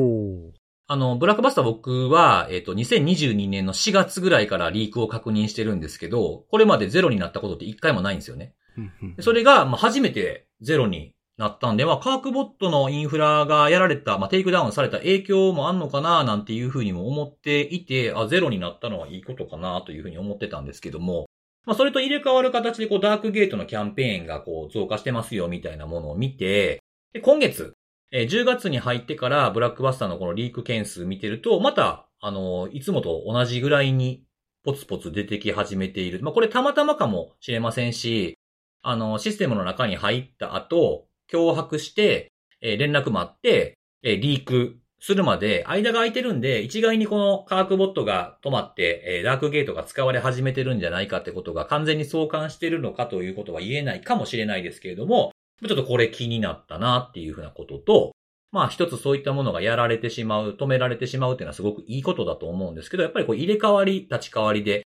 Speaker 2: う。
Speaker 1: あの、ブラックバスター僕は、えっ、と、2022年の4月ぐらいからリークを確認してるんですけど、これまでゼロになったことって一回もないんですよね。
Speaker 3: うんうん
Speaker 1: でそれが、まあ、初めてゼロになったんで、まあ、カークボットのインフラがやられた、まあ、テイクダウンされた影響もあんのかな、なんていうふうにも思っていて、あ、ゼロになったのはいいことかな、というふうに思ってたんですけども、まあ、それと入れ替わる形で、こう、ダークゲートのキャンペーンが、こう、増加してますよ、みたいなものを見て、で、今月、えー10月に入ってから、ブラックバスターのこのリーク件数見てると、また、あのーいつもと同じぐらいに、ポツポツ出てき始めている。まあ、これたまたまかもしれませんし、あの、システムの中に入った後、脅迫して、えー連絡待って、えーリークするまで、間が空いてるんで、一概にこのカークボットが止まって、えーダークゲートが使われ始めてるんじゃないかってことが完全に相関してるのかということは言えないかもしれないですけれども、ちょっとこれ気になったなっていうふうなことと、まあ一つそういったものがやられてしまう、止められてしまうっていうのはすごくいいことだと思うんですけど、やっぱりこう入れ替わり、立ち替わりで、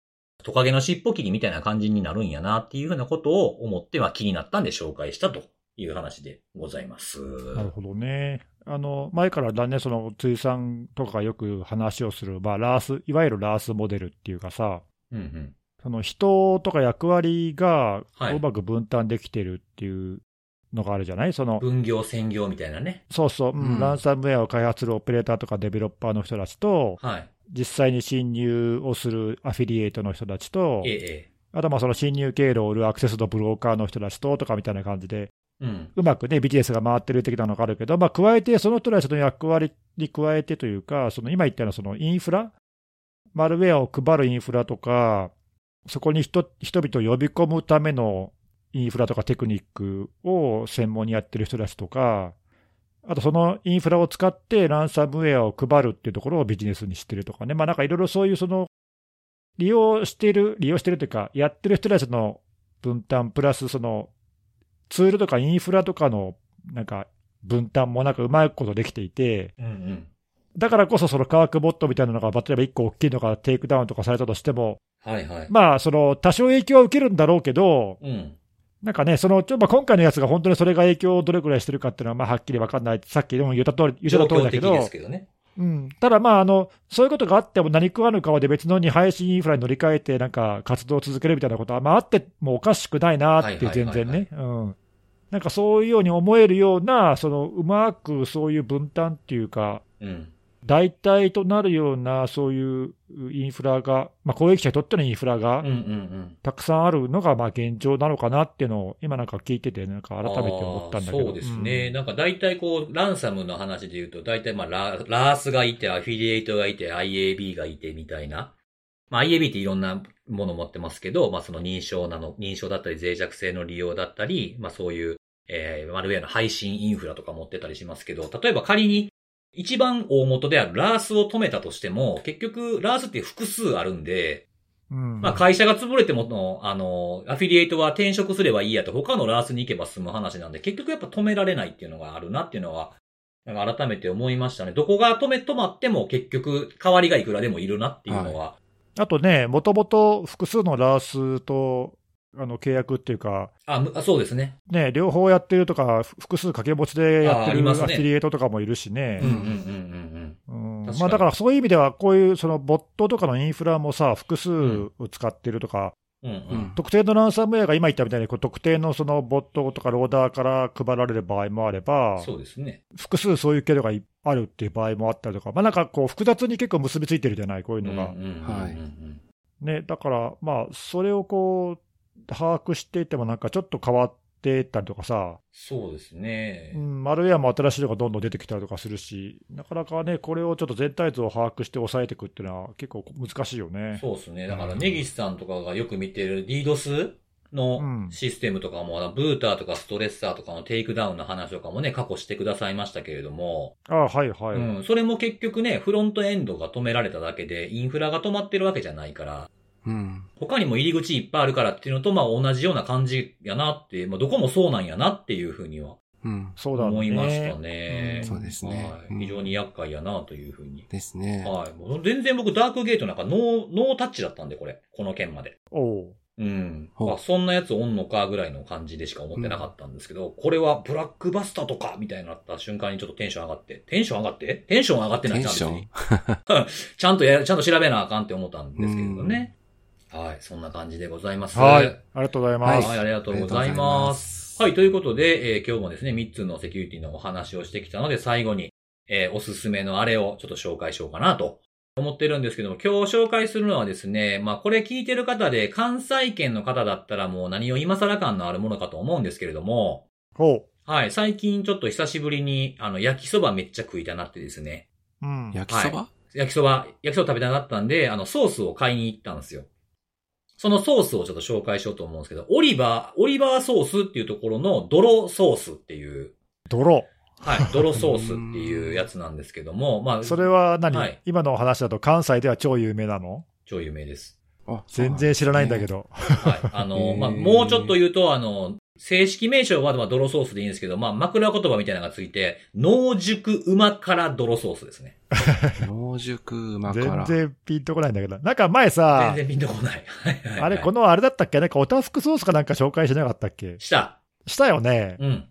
Speaker 1: トカゲの尻尾切りみたいな感じになるんやなっていうふうなことを思っては気になったんで紹介したという話でございます。
Speaker 2: なるほどね。あの、前からだね、その、辻さんとかがよく話をする、まあ、ラース、いわゆるラースモデルっていうかさ、
Speaker 1: うんうん。
Speaker 2: その人とか役割が
Speaker 1: はいう
Speaker 2: まく分担できてるっていうのがあるじゃない、その、
Speaker 1: 分業専業みたいなね。
Speaker 2: そうそう、うん
Speaker 3: うん
Speaker 2: ランサムウェアを開発するオペレーターとかデベロッパーの人たちと、
Speaker 1: はい。
Speaker 2: 実際に侵入をするアフィリエイトの人たちと
Speaker 1: え、え。
Speaker 2: あとまあその侵入経路を売るアクセスのブローカーの人たちととかみたいな感じで、
Speaker 1: うん。
Speaker 2: うまくね、ビジネスが回ってる的なのがあるけど、まあ、加えて、その人たちの役割に加えてというか、その今言ったようなそのインフラ、マルウェアを配るインフラとか、そこに人人々を呼び込むためのインフラとかテクニックを専門にやってる人たちとか、あとそのインフラを使ってランサムウェアを配るっていうところをビジネスにしてるとかね、まあ、なんかいろいろそういうその、利用している、利用しているというか、やってる人たちの分担プラスそのツールとかインフラとかのなんか分担もなんかうまいことできていて、
Speaker 1: うんうん。
Speaker 2: だからこそその科学ボットみたいなのが、例えば1個大きいのがテイクダウンとかされたとしても、
Speaker 1: はいはい。
Speaker 2: まあ、その多少影響は受けるんだろうけど、
Speaker 1: うん。
Speaker 2: なんかね、そのちょまあ、今回のやつが本当にそれが影響をどれくらいしてるかっていうのは、まあはっきり分かんない、さっきでも言った通り言ってた通りだけ
Speaker 1: 状況的で
Speaker 2: ど
Speaker 1: す、けどね。
Speaker 2: うん、ただまああの、そういうことがあっても何食わぬ顔で別のに配信インフラに乗り換えて、なんか活動を続けるみたいなことは、まあ、あってもおかしくないなっていう、
Speaker 1: はいはい
Speaker 2: 全
Speaker 1: はいはい
Speaker 2: 然ね。うんなんかそういうように思えるような、そのうまくそういう分担っていうか、
Speaker 1: うん。
Speaker 2: 代替となるような、そういうインフラが、まあ、公益者にとってのインフラ
Speaker 1: う
Speaker 2: が
Speaker 1: んうんうん。
Speaker 2: たくさんあるのが、まあ、現状なのかなっていうのを、今なんか聞いてて、なんか改めて思ったんだけ
Speaker 1: あ
Speaker 2: ど。
Speaker 1: ーそうですね。
Speaker 2: うん
Speaker 1: なんか大体こう、ランサムの話で言うと、大体まあラ、ラースがいて、アフィリエイトがいて、IAB がいて、みたいな。まあ IAB っていろんなもの持ってますけど、まあその認証なの、認証だったり脆弱性の利用だったり、まあそういう、えー、マルウェアの配信インフラとか持ってたりしますけど、例えば仮に、一番大元であるラースを止めたとしても、結局、ラースって複数あるんで、
Speaker 2: うん
Speaker 1: まあ会社が潰れてもの、あの、アフィリエイトは転職すればいいやと他のラースに行けば済む話なんで、結局やっぱ止められないっていうのがあるなっていうのは、なんか改めて思いましたね。どこが止め、止まっても結局代わりがいくらでもいるなっていうのは、
Speaker 2: あとね、もともと複数のラースとあの契約っていうか、
Speaker 1: あむあ、そうですね。
Speaker 2: ね、両方やってるとか、ふ複数掛け持ちでやって
Speaker 1: あーい
Speaker 2: る
Speaker 1: ま
Speaker 2: ア
Speaker 1: す
Speaker 2: フ
Speaker 1: ね
Speaker 2: ィリエイトとかもいるしね
Speaker 1: うん、うんうんうん
Speaker 2: うん
Speaker 1: 確かに
Speaker 2: まあ、だからそういう意味では、こういうそのボットとかのインフラもさ、複数を使ってるとか、
Speaker 1: うん。うんう
Speaker 3: うんん。
Speaker 2: 特定のランサムウェアが今言ったみたいに、こう特定のそのボットとかローダーから配られる場合もあれば、
Speaker 1: そうですね。
Speaker 2: 複数そういう経路がいあるっていう場合もあったりとか、まあ、なんかこう、複雑に結構結びついてるじゃない、こういう
Speaker 1: うんう
Speaker 2: の
Speaker 1: ん
Speaker 2: が。
Speaker 1: うんうん
Speaker 3: はい
Speaker 2: ね、だから、まあ、それをこう、把握していても、なんかちょっと変わっていったりとかさ、
Speaker 1: そうですね
Speaker 2: う。ん、マルウェアも新しいのがどんどん出てきたりとかするし、なかなかね、これをちょっと全体像を把握して抑えていくっていうのは、結構難しいよね。
Speaker 1: そうですね。だから、ネギスさんとかがよく見てる DDoS
Speaker 2: う
Speaker 1: の
Speaker 2: ん
Speaker 1: システムとかも、ブーターとかストレッサーとかのテイクダウンの話とかもね、過去してくださいましたけれども、
Speaker 2: あはいはい。
Speaker 1: うん、それも結局ね、フロントエンドが止められただけで、インフラが止まってるわけじゃないから、
Speaker 3: うん。
Speaker 1: 他にも入り口いっぱいあるからっていうのと、まあ同じような感じやなって、まあどこもそうなんやなっていうふうには
Speaker 3: うん。
Speaker 2: そうだね。
Speaker 1: 思いましたね。
Speaker 2: うん
Speaker 3: そうですね
Speaker 1: は
Speaker 3: うん
Speaker 1: い、非常に厄介やなというふうに。
Speaker 3: ですね。
Speaker 1: はい。もう全然僕ダークゲートなんかノー、ノータッチだったんで、これ。この件まで。
Speaker 2: おう
Speaker 1: うん。
Speaker 3: ほう
Speaker 1: あ、そんなやつおんのかぐらいの感じでしか思ってなかったんですけど、これはブラックバスターとかみたいになった瞬間にちょっとテンション上がって、テンション上がってテンション上がってない
Speaker 3: テンション
Speaker 1: ちゃんと [laughs] ちゃんとや、ちゃんと調べなあかんって思ったんですけれどね。はい。そんな感じでございます。
Speaker 2: はい。ありがとうございま
Speaker 1: はい。
Speaker 2: す。
Speaker 1: はい、ありがとうご
Speaker 3: あ
Speaker 1: ざい
Speaker 3: りがとう
Speaker 1: ます。
Speaker 3: す
Speaker 1: はい、ということで、えー今日もですね、3つのセキュリティのお話をしてきたので、最後に、えーおすすめのあれをちょっと紹介しようかなと思ってるんですけども、今日紹介するのはですね、まあこれ聞いてる方で、関西圏の方だったらもう何を今更感のあるものかと思うんですけれども、
Speaker 2: ほ
Speaker 1: はい、最近ちょっと久しぶりに、あの、焼きそばめっちゃ食いたなってですね、
Speaker 2: う。うん。
Speaker 3: 焼きそば、
Speaker 1: 焼きそば、焼きそば食べたかったんで、あの、ソースを買いに行ったんですよ。そのソースをちょっと紹介しようと思うんですけど、オリバー、オリバーソースっていうところの泥ソースっていう、
Speaker 2: 泥。 [laughs]
Speaker 1: はい、泥ソースっていうやつなんですけども、まあ、
Speaker 2: それは何、
Speaker 1: はい
Speaker 2: 今のお話だと関西では超有名なの
Speaker 1: 超有名です。
Speaker 3: あ
Speaker 2: 全然知らないんだけ。ど。
Speaker 1: はい。あ
Speaker 2: [laughs]
Speaker 3: へ
Speaker 1: の、
Speaker 3: ー
Speaker 1: まあ、もうちょっと言うと、あの、正式名称は、まあ、泥ソースでいいんですけど、まあ、枕言葉みたいなのがついて、濃熟旨辛泥ソースですね。
Speaker 3: そうなんだ濃熟馬か
Speaker 2: 全
Speaker 3: ら。
Speaker 2: 然ピンとこないんだけど。なんか前さ
Speaker 1: 全、然ピンとこない。はいはいはい。
Speaker 2: あれ、このあれだったっけなんかおたふくソースかなんか紹介しなかったっけ
Speaker 1: した。
Speaker 2: したよね。
Speaker 1: うん。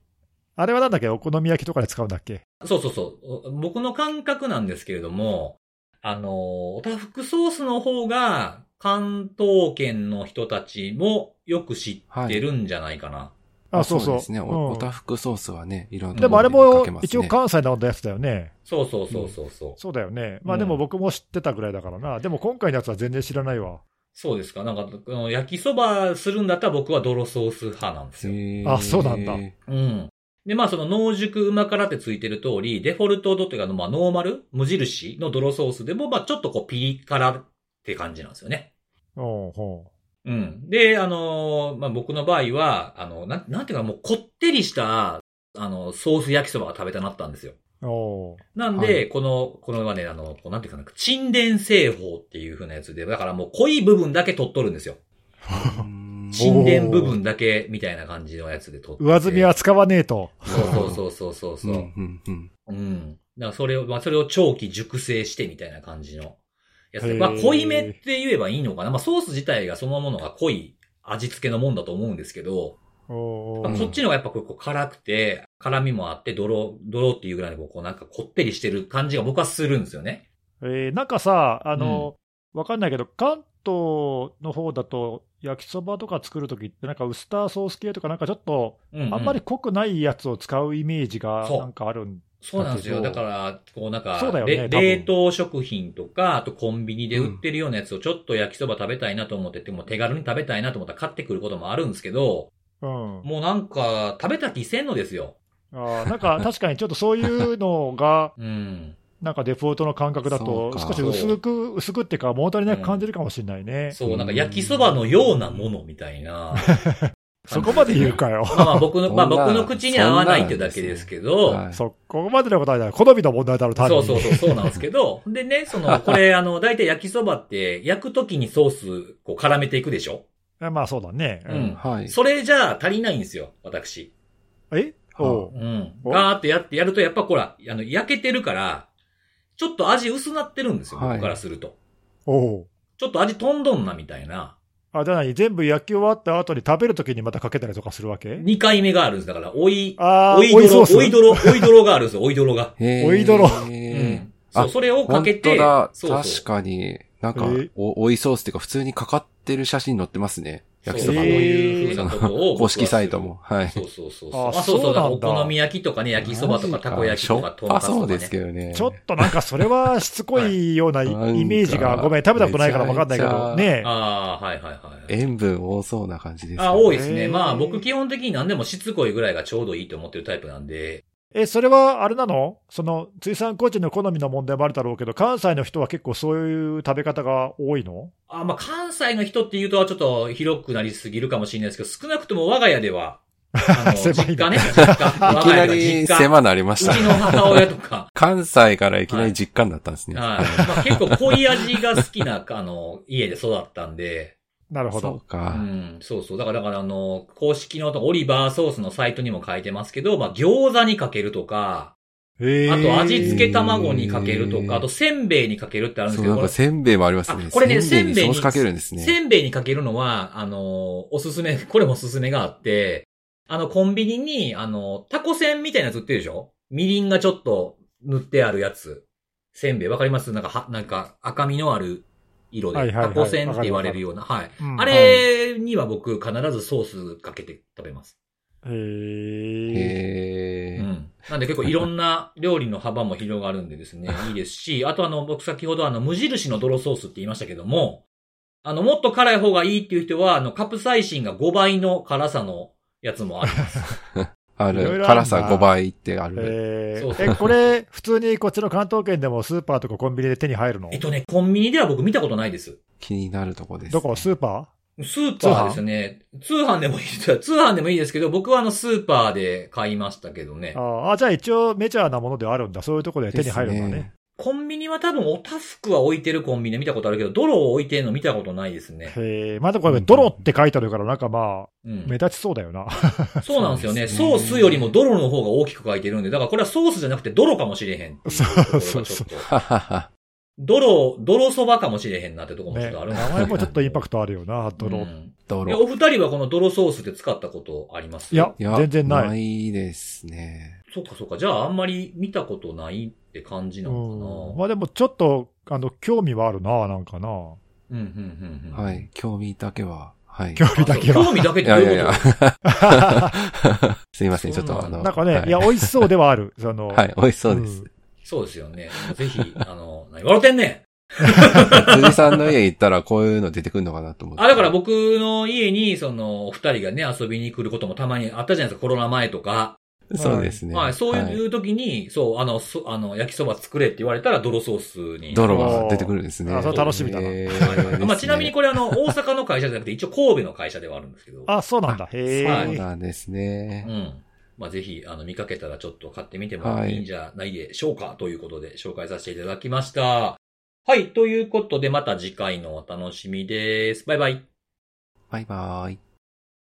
Speaker 2: あれはなんだっけお好み焼きとかで使うんだっけ
Speaker 1: そうそうそう。僕の感覚なんですけれども、あの、おたふくソースの方が、関東圏の人たちもよく知ってるんじゃないかな。
Speaker 2: あ、そうそう。
Speaker 3: ですね。
Speaker 2: うん
Speaker 3: おおたふくソースはね、いろん
Speaker 2: で
Speaker 3: なと
Speaker 2: も
Speaker 3: こ
Speaker 2: あれ
Speaker 3: ろにか
Speaker 2: も
Speaker 3: けますね。
Speaker 2: 一応関西のやつだよね。
Speaker 1: そうそうそうそうそう。
Speaker 2: そうだよね。
Speaker 1: ん
Speaker 2: まあでも僕も知ってたぐらいだからな。でも今回のやつは全然知らないわ。
Speaker 1: そうですか。なんか、あの焼きそばするんだったら僕は泥ソース派なんですよ。
Speaker 3: へー
Speaker 2: あそうなんだ
Speaker 1: うん。で、まあその濃熟旨辛ってついてる通り、デフォルトドというか、まあノーマル、無印の泥ソースでも、まあちょっとこうピリ辛って感じなんですよね。
Speaker 2: おうほ
Speaker 1: うん。で、あのーまあ僕の場合は、あの、なん、なんていうかもうこってりした、あの、ソース焼きそばが食べたなったんですよ。
Speaker 2: う。おう
Speaker 1: なん
Speaker 3: は
Speaker 1: で、この、このはね、あの、こうなんていうかな、沈殿製法っていう風なやつで、だからもう濃い部分だけ取っとるんですよ。
Speaker 3: うん
Speaker 1: 沈殿部分だけみたいな感じのやつで撮ってて。
Speaker 2: 上積みは使わねえと。
Speaker 1: そうそうそうそう
Speaker 3: う
Speaker 1: そう。うん
Speaker 3: ん、うん、うん。
Speaker 1: うん。だからそれを、まあそれを長期熟成してみたいな感じのやつで。
Speaker 2: へー
Speaker 1: まあ濃いめって言えばいいのかな。まあソース自体がそのものが濃い味付けのもんだと思うんですけど、
Speaker 2: おうお
Speaker 1: まあ
Speaker 2: う
Speaker 1: そっちの方がやっぱこうこう辛くて、辛みもあって、泥、泥っていうぐらいのこうこうなんかこってりしてる感じが僕はするんですよね。
Speaker 2: えーなんかさ、あの、わかんないけど、関東の方だと、焼きそばとか作るときって、なんかウスターソース系とか、なんかちょっと、
Speaker 1: うん、うん。
Speaker 2: あんまり濃くないやつを使うイメージが
Speaker 1: そう
Speaker 2: なんかあるん
Speaker 1: そうなんですよ。
Speaker 2: だ
Speaker 1: だ
Speaker 2: けど
Speaker 1: から、こうなんか、
Speaker 2: そうだよね
Speaker 1: れ
Speaker 2: 多分
Speaker 1: 冷凍食品とか、あとコンビニで売ってるようなやつをちょっと焼きそば食べたいなと思ってて、もう手軽に食べたいなと思ったら買ってくることもあるんですけど、
Speaker 2: うん、
Speaker 1: もうなんか、食べた気せんのですよ。
Speaker 2: あーなんか確かにちょっとそういうのが、
Speaker 1: うん。
Speaker 2: なんかデフォルトの感覚
Speaker 1: [laughs]
Speaker 2: だと、
Speaker 3: そうか
Speaker 2: 少し薄く、薄くっていうか、物足りなく感じるかもしれないね。
Speaker 1: そう、なんか焼きそばのようなものみたい
Speaker 2: [laughs]
Speaker 1: な。
Speaker 2: そこまで言うかよ。
Speaker 1: まあまあ僕の、まあ
Speaker 3: そんな
Speaker 1: 僕の口に合わないってだけですけど、
Speaker 3: はい
Speaker 2: そこまでのことはない。好みの問題だろ、単に。
Speaker 1: そうそうそう、そうなんですけ
Speaker 3: [laughs]
Speaker 1: ど、でね、その、これ、あの、大体焼きそばって、焼くときにソース、こう、絡めていくでしょ
Speaker 2: まあそうだね。
Speaker 1: うん
Speaker 3: はい。
Speaker 1: それじゃ足りないんですよ、私。
Speaker 2: えおう
Speaker 1: うん。
Speaker 2: お
Speaker 1: ガーってやってやると、やっぱほら、あの、焼けてるから、ちょっと味薄なってるんですよ、
Speaker 3: はい
Speaker 1: 僕からすると。
Speaker 2: おう
Speaker 1: ちょっと味飛んどんなみたいな。
Speaker 2: あ、じゃあ何全部焼き終わった後に食べるときにまたかけたりとかするわけ
Speaker 1: 2回目があるんです。だから、追い、
Speaker 2: ああ、
Speaker 1: 追い泥、
Speaker 2: ソース
Speaker 1: 追い泥、追い泥があるんですよ、追い泥が。
Speaker 3: へー
Speaker 2: おいどろ
Speaker 1: うん。
Speaker 3: あ
Speaker 1: そう、それをかけて、
Speaker 3: 本当だ。
Speaker 1: そう
Speaker 3: 確かに、なんか
Speaker 2: えー、
Speaker 3: お、おいソースっていうか、普通にかかってる写真載ってますね。焼きそば
Speaker 1: そう
Speaker 3: の。
Speaker 1: そう
Speaker 2: え
Speaker 1: いう風なことを僕はする。
Speaker 3: 公式サイトも。はい。
Speaker 1: そうそうそうそう。
Speaker 2: あ
Speaker 1: まあそうそ
Speaker 2: そう
Speaker 1: う、
Speaker 2: なんだ
Speaker 1: お好み焼きとかね、焼きそばとかたこ焼きとか、とんか
Speaker 3: あ、
Speaker 1: つと
Speaker 3: そう
Speaker 1: か
Speaker 3: ですけ
Speaker 1: ね。
Speaker 3: どね。
Speaker 2: ちょっとなんかそれはしつこいようなイ
Speaker 3: はい
Speaker 2: イメージが、ごめん、食べたことないからわかんないけ
Speaker 3: めちゃ
Speaker 2: ど、
Speaker 3: めちゃ
Speaker 2: ねえ
Speaker 1: ああ、はいはいはい。
Speaker 3: 塩分多そうな感じです、ね。
Speaker 1: あ多いです
Speaker 2: へ
Speaker 1: ね。
Speaker 2: ー
Speaker 1: まあ僕基本的に何でもしつこいぐらいがちょうどいいと思ってるタイプなんで、
Speaker 2: え、それはあれなのその、水産コーチの好みの問題もあるだろうけど、関西の人は結構そういう食べ方が多いの
Speaker 1: あまあ関西の人っていうとはちょっと広くなりすぎるかもしれないですけど、少なくとも我が家では、あ
Speaker 2: 狭
Speaker 1: 実
Speaker 2: いね
Speaker 1: 家ね、実家。
Speaker 3: [laughs] い
Speaker 1: 我が
Speaker 3: きな
Speaker 1: 家が
Speaker 3: り
Speaker 1: 実家。
Speaker 3: 狭なりま
Speaker 1: う
Speaker 3: し
Speaker 1: ち
Speaker 3: た。
Speaker 1: の母親とか、
Speaker 3: 関西からいきなり実家になったんですね。
Speaker 1: はい。まあ結構濃い味が好きな、あの、家で育ったんで、
Speaker 2: なるほ
Speaker 3: そう
Speaker 2: ど。
Speaker 1: う
Speaker 3: か。
Speaker 1: ん、そうそう。だから、だから、あの、公式のオリバーソースのサイトにも書いてますけど、まあ、餃子にかけるとか、
Speaker 2: へえ
Speaker 1: あと味付け卵にかけると
Speaker 3: へ
Speaker 1: か、
Speaker 3: ー
Speaker 1: あとせんべいにかけるってあるんで
Speaker 3: そ
Speaker 1: す
Speaker 3: う、
Speaker 1: け
Speaker 3: な
Speaker 1: ど、こ
Speaker 3: んか
Speaker 1: れ
Speaker 3: せんべいもありますね。
Speaker 1: あこれね
Speaker 3: せん
Speaker 1: せんべい
Speaker 3: べいに
Speaker 1: に
Speaker 3: ソースかけるんですね。
Speaker 1: せんべいにかけるのは、あの、おすすめ、これもおすすめがあって、あの、コンビニに、あの、タコせんみたいなやつ売ってるでしょみりんがちょっと塗ってあるやつ。せんべい、わかりますなんか、は、なんか、赤みのある色
Speaker 2: はい
Speaker 1: で、
Speaker 2: はいは
Speaker 1: タ
Speaker 2: い
Speaker 1: コせんって言われるような、はい。
Speaker 2: うん
Speaker 1: あれには僕必ずソースかけて食べます。
Speaker 2: へえ。
Speaker 3: へ
Speaker 1: う
Speaker 3: ー。
Speaker 1: ん。なんで結構いろんな料理の幅も広がるんで
Speaker 2: [laughs]
Speaker 1: ですね、いいですし、あとあの、僕先ほどあの、無印の泥ソースって言いましたけども、あの、もっと辛い方がいいっていう人は、あの、カプサイシンが5倍の辛さのやつもありま
Speaker 2: [laughs]
Speaker 1: す。
Speaker 3: あ
Speaker 2: いろいろある
Speaker 3: る。
Speaker 2: な
Speaker 3: 辛さ5倍ってある。
Speaker 2: え
Speaker 1: そうそう
Speaker 2: え、これ、普通にこっちの関東圏でもスーパーとかコンビニで手に入るの
Speaker 1: えっとね、コンビニでは僕見たことないです。
Speaker 3: 気になるとこです。
Speaker 2: どこスーパ
Speaker 1: スーパーですね。通販でもいいです。通販でもいいですけど、僕はあの、スーパーで買いましたけどね
Speaker 2: ー。あーあ、じゃあ一応メジャーなものではあるんだ。そういうところで手に入るんだ
Speaker 3: です
Speaker 2: ね。。
Speaker 1: コンビニは多分おたふくは置いてるコンビニで見たことあるけど、泥を置いてるの見たことないですね。
Speaker 2: へえ、まだこれ、泥って書いてあるから、なんかまあ、
Speaker 1: うん
Speaker 2: 目。立ちそうだよな。
Speaker 1: そうなんですよね。
Speaker 3: そ
Speaker 1: ソ
Speaker 3: うで
Speaker 1: ー
Speaker 3: すね
Speaker 1: スよりも泥の方が大きく書いてるんで、だからこれはソースじゃなくて泥かもしれへんっていところがちょっと。
Speaker 2: そうそうそう
Speaker 3: ははは。
Speaker 1: 泥、泥そばかもしれへんなってとこもちょ
Speaker 2: ね、
Speaker 1: っと
Speaker 2: 名
Speaker 1: あるんで
Speaker 2: 前もちょっとインパクトあるよな、泥。
Speaker 1: うん
Speaker 3: ド
Speaker 1: いや
Speaker 3: ロ。
Speaker 1: お二人はこの泥ソースって使ったことあります
Speaker 2: いや、全然ない。
Speaker 3: ないですね。
Speaker 1: そうかそうか。じゃああんまり見たことないって感じな
Speaker 2: うん、
Speaker 1: の
Speaker 2: まあでも、ちょっと、あの、興味はあるな、なんか
Speaker 1: か
Speaker 2: な。
Speaker 1: な。うん、うん、うん、うん。
Speaker 3: は。い。興味だけは。はい。
Speaker 2: 興味だけは。
Speaker 1: 興味だけ
Speaker 3: い
Speaker 1: でどう
Speaker 3: やい
Speaker 1: いうこ
Speaker 3: や
Speaker 1: と
Speaker 3: いや。すいません、ちょっとあ
Speaker 2: [laughs]
Speaker 3: の。
Speaker 2: なんかね、、
Speaker 3: はい
Speaker 2: や、美味しそうではある。その、
Speaker 3: はい、美味しそうです。
Speaker 2: ん
Speaker 1: そうですよね。ぜひ、あの、何笑ってんねん
Speaker 3: 辻さんの家行ったらこういうの出てくるのかなと思って。
Speaker 1: あ、だから僕の家に、その、お二人がね、遊びに来ることもたまにあったじゃないですか、コロナ前とか。
Speaker 3: そうですね。
Speaker 1: はい、そうい
Speaker 3: は
Speaker 1: う時に、そう、あの、そあの、焼きそば作れって言われたら、泥ソースに。
Speaker 3: 泥が出てくるんですね。
Speaker 2: あそれ
Speaker 1: 楽
Speaker 2: しみだな
Speaker 3: へ
Speaker 1: はい
Speaker 3: ー
Speaker 1: まあ、ちなみにこれあの、大阪の会社じゃなくて、一応神戸の会社ではあるんですけど。
Speaker 2: あ、そうなんだ。へ
Speaker 1: は
Speaker 3: そう
Speaker 2: え。
Speaker 3: なんです
Speaker 1: う
Speaker 3: ね。
Speaker 1: ん。まあ、ぜひ、あの、見かけたらちょっと買ってみてもいいんじゃないでしょうか、ということで紹介させていただきました。はい、ということで、また次回のお楽しみです。バイバイ。
Speaker 3: バイバイ。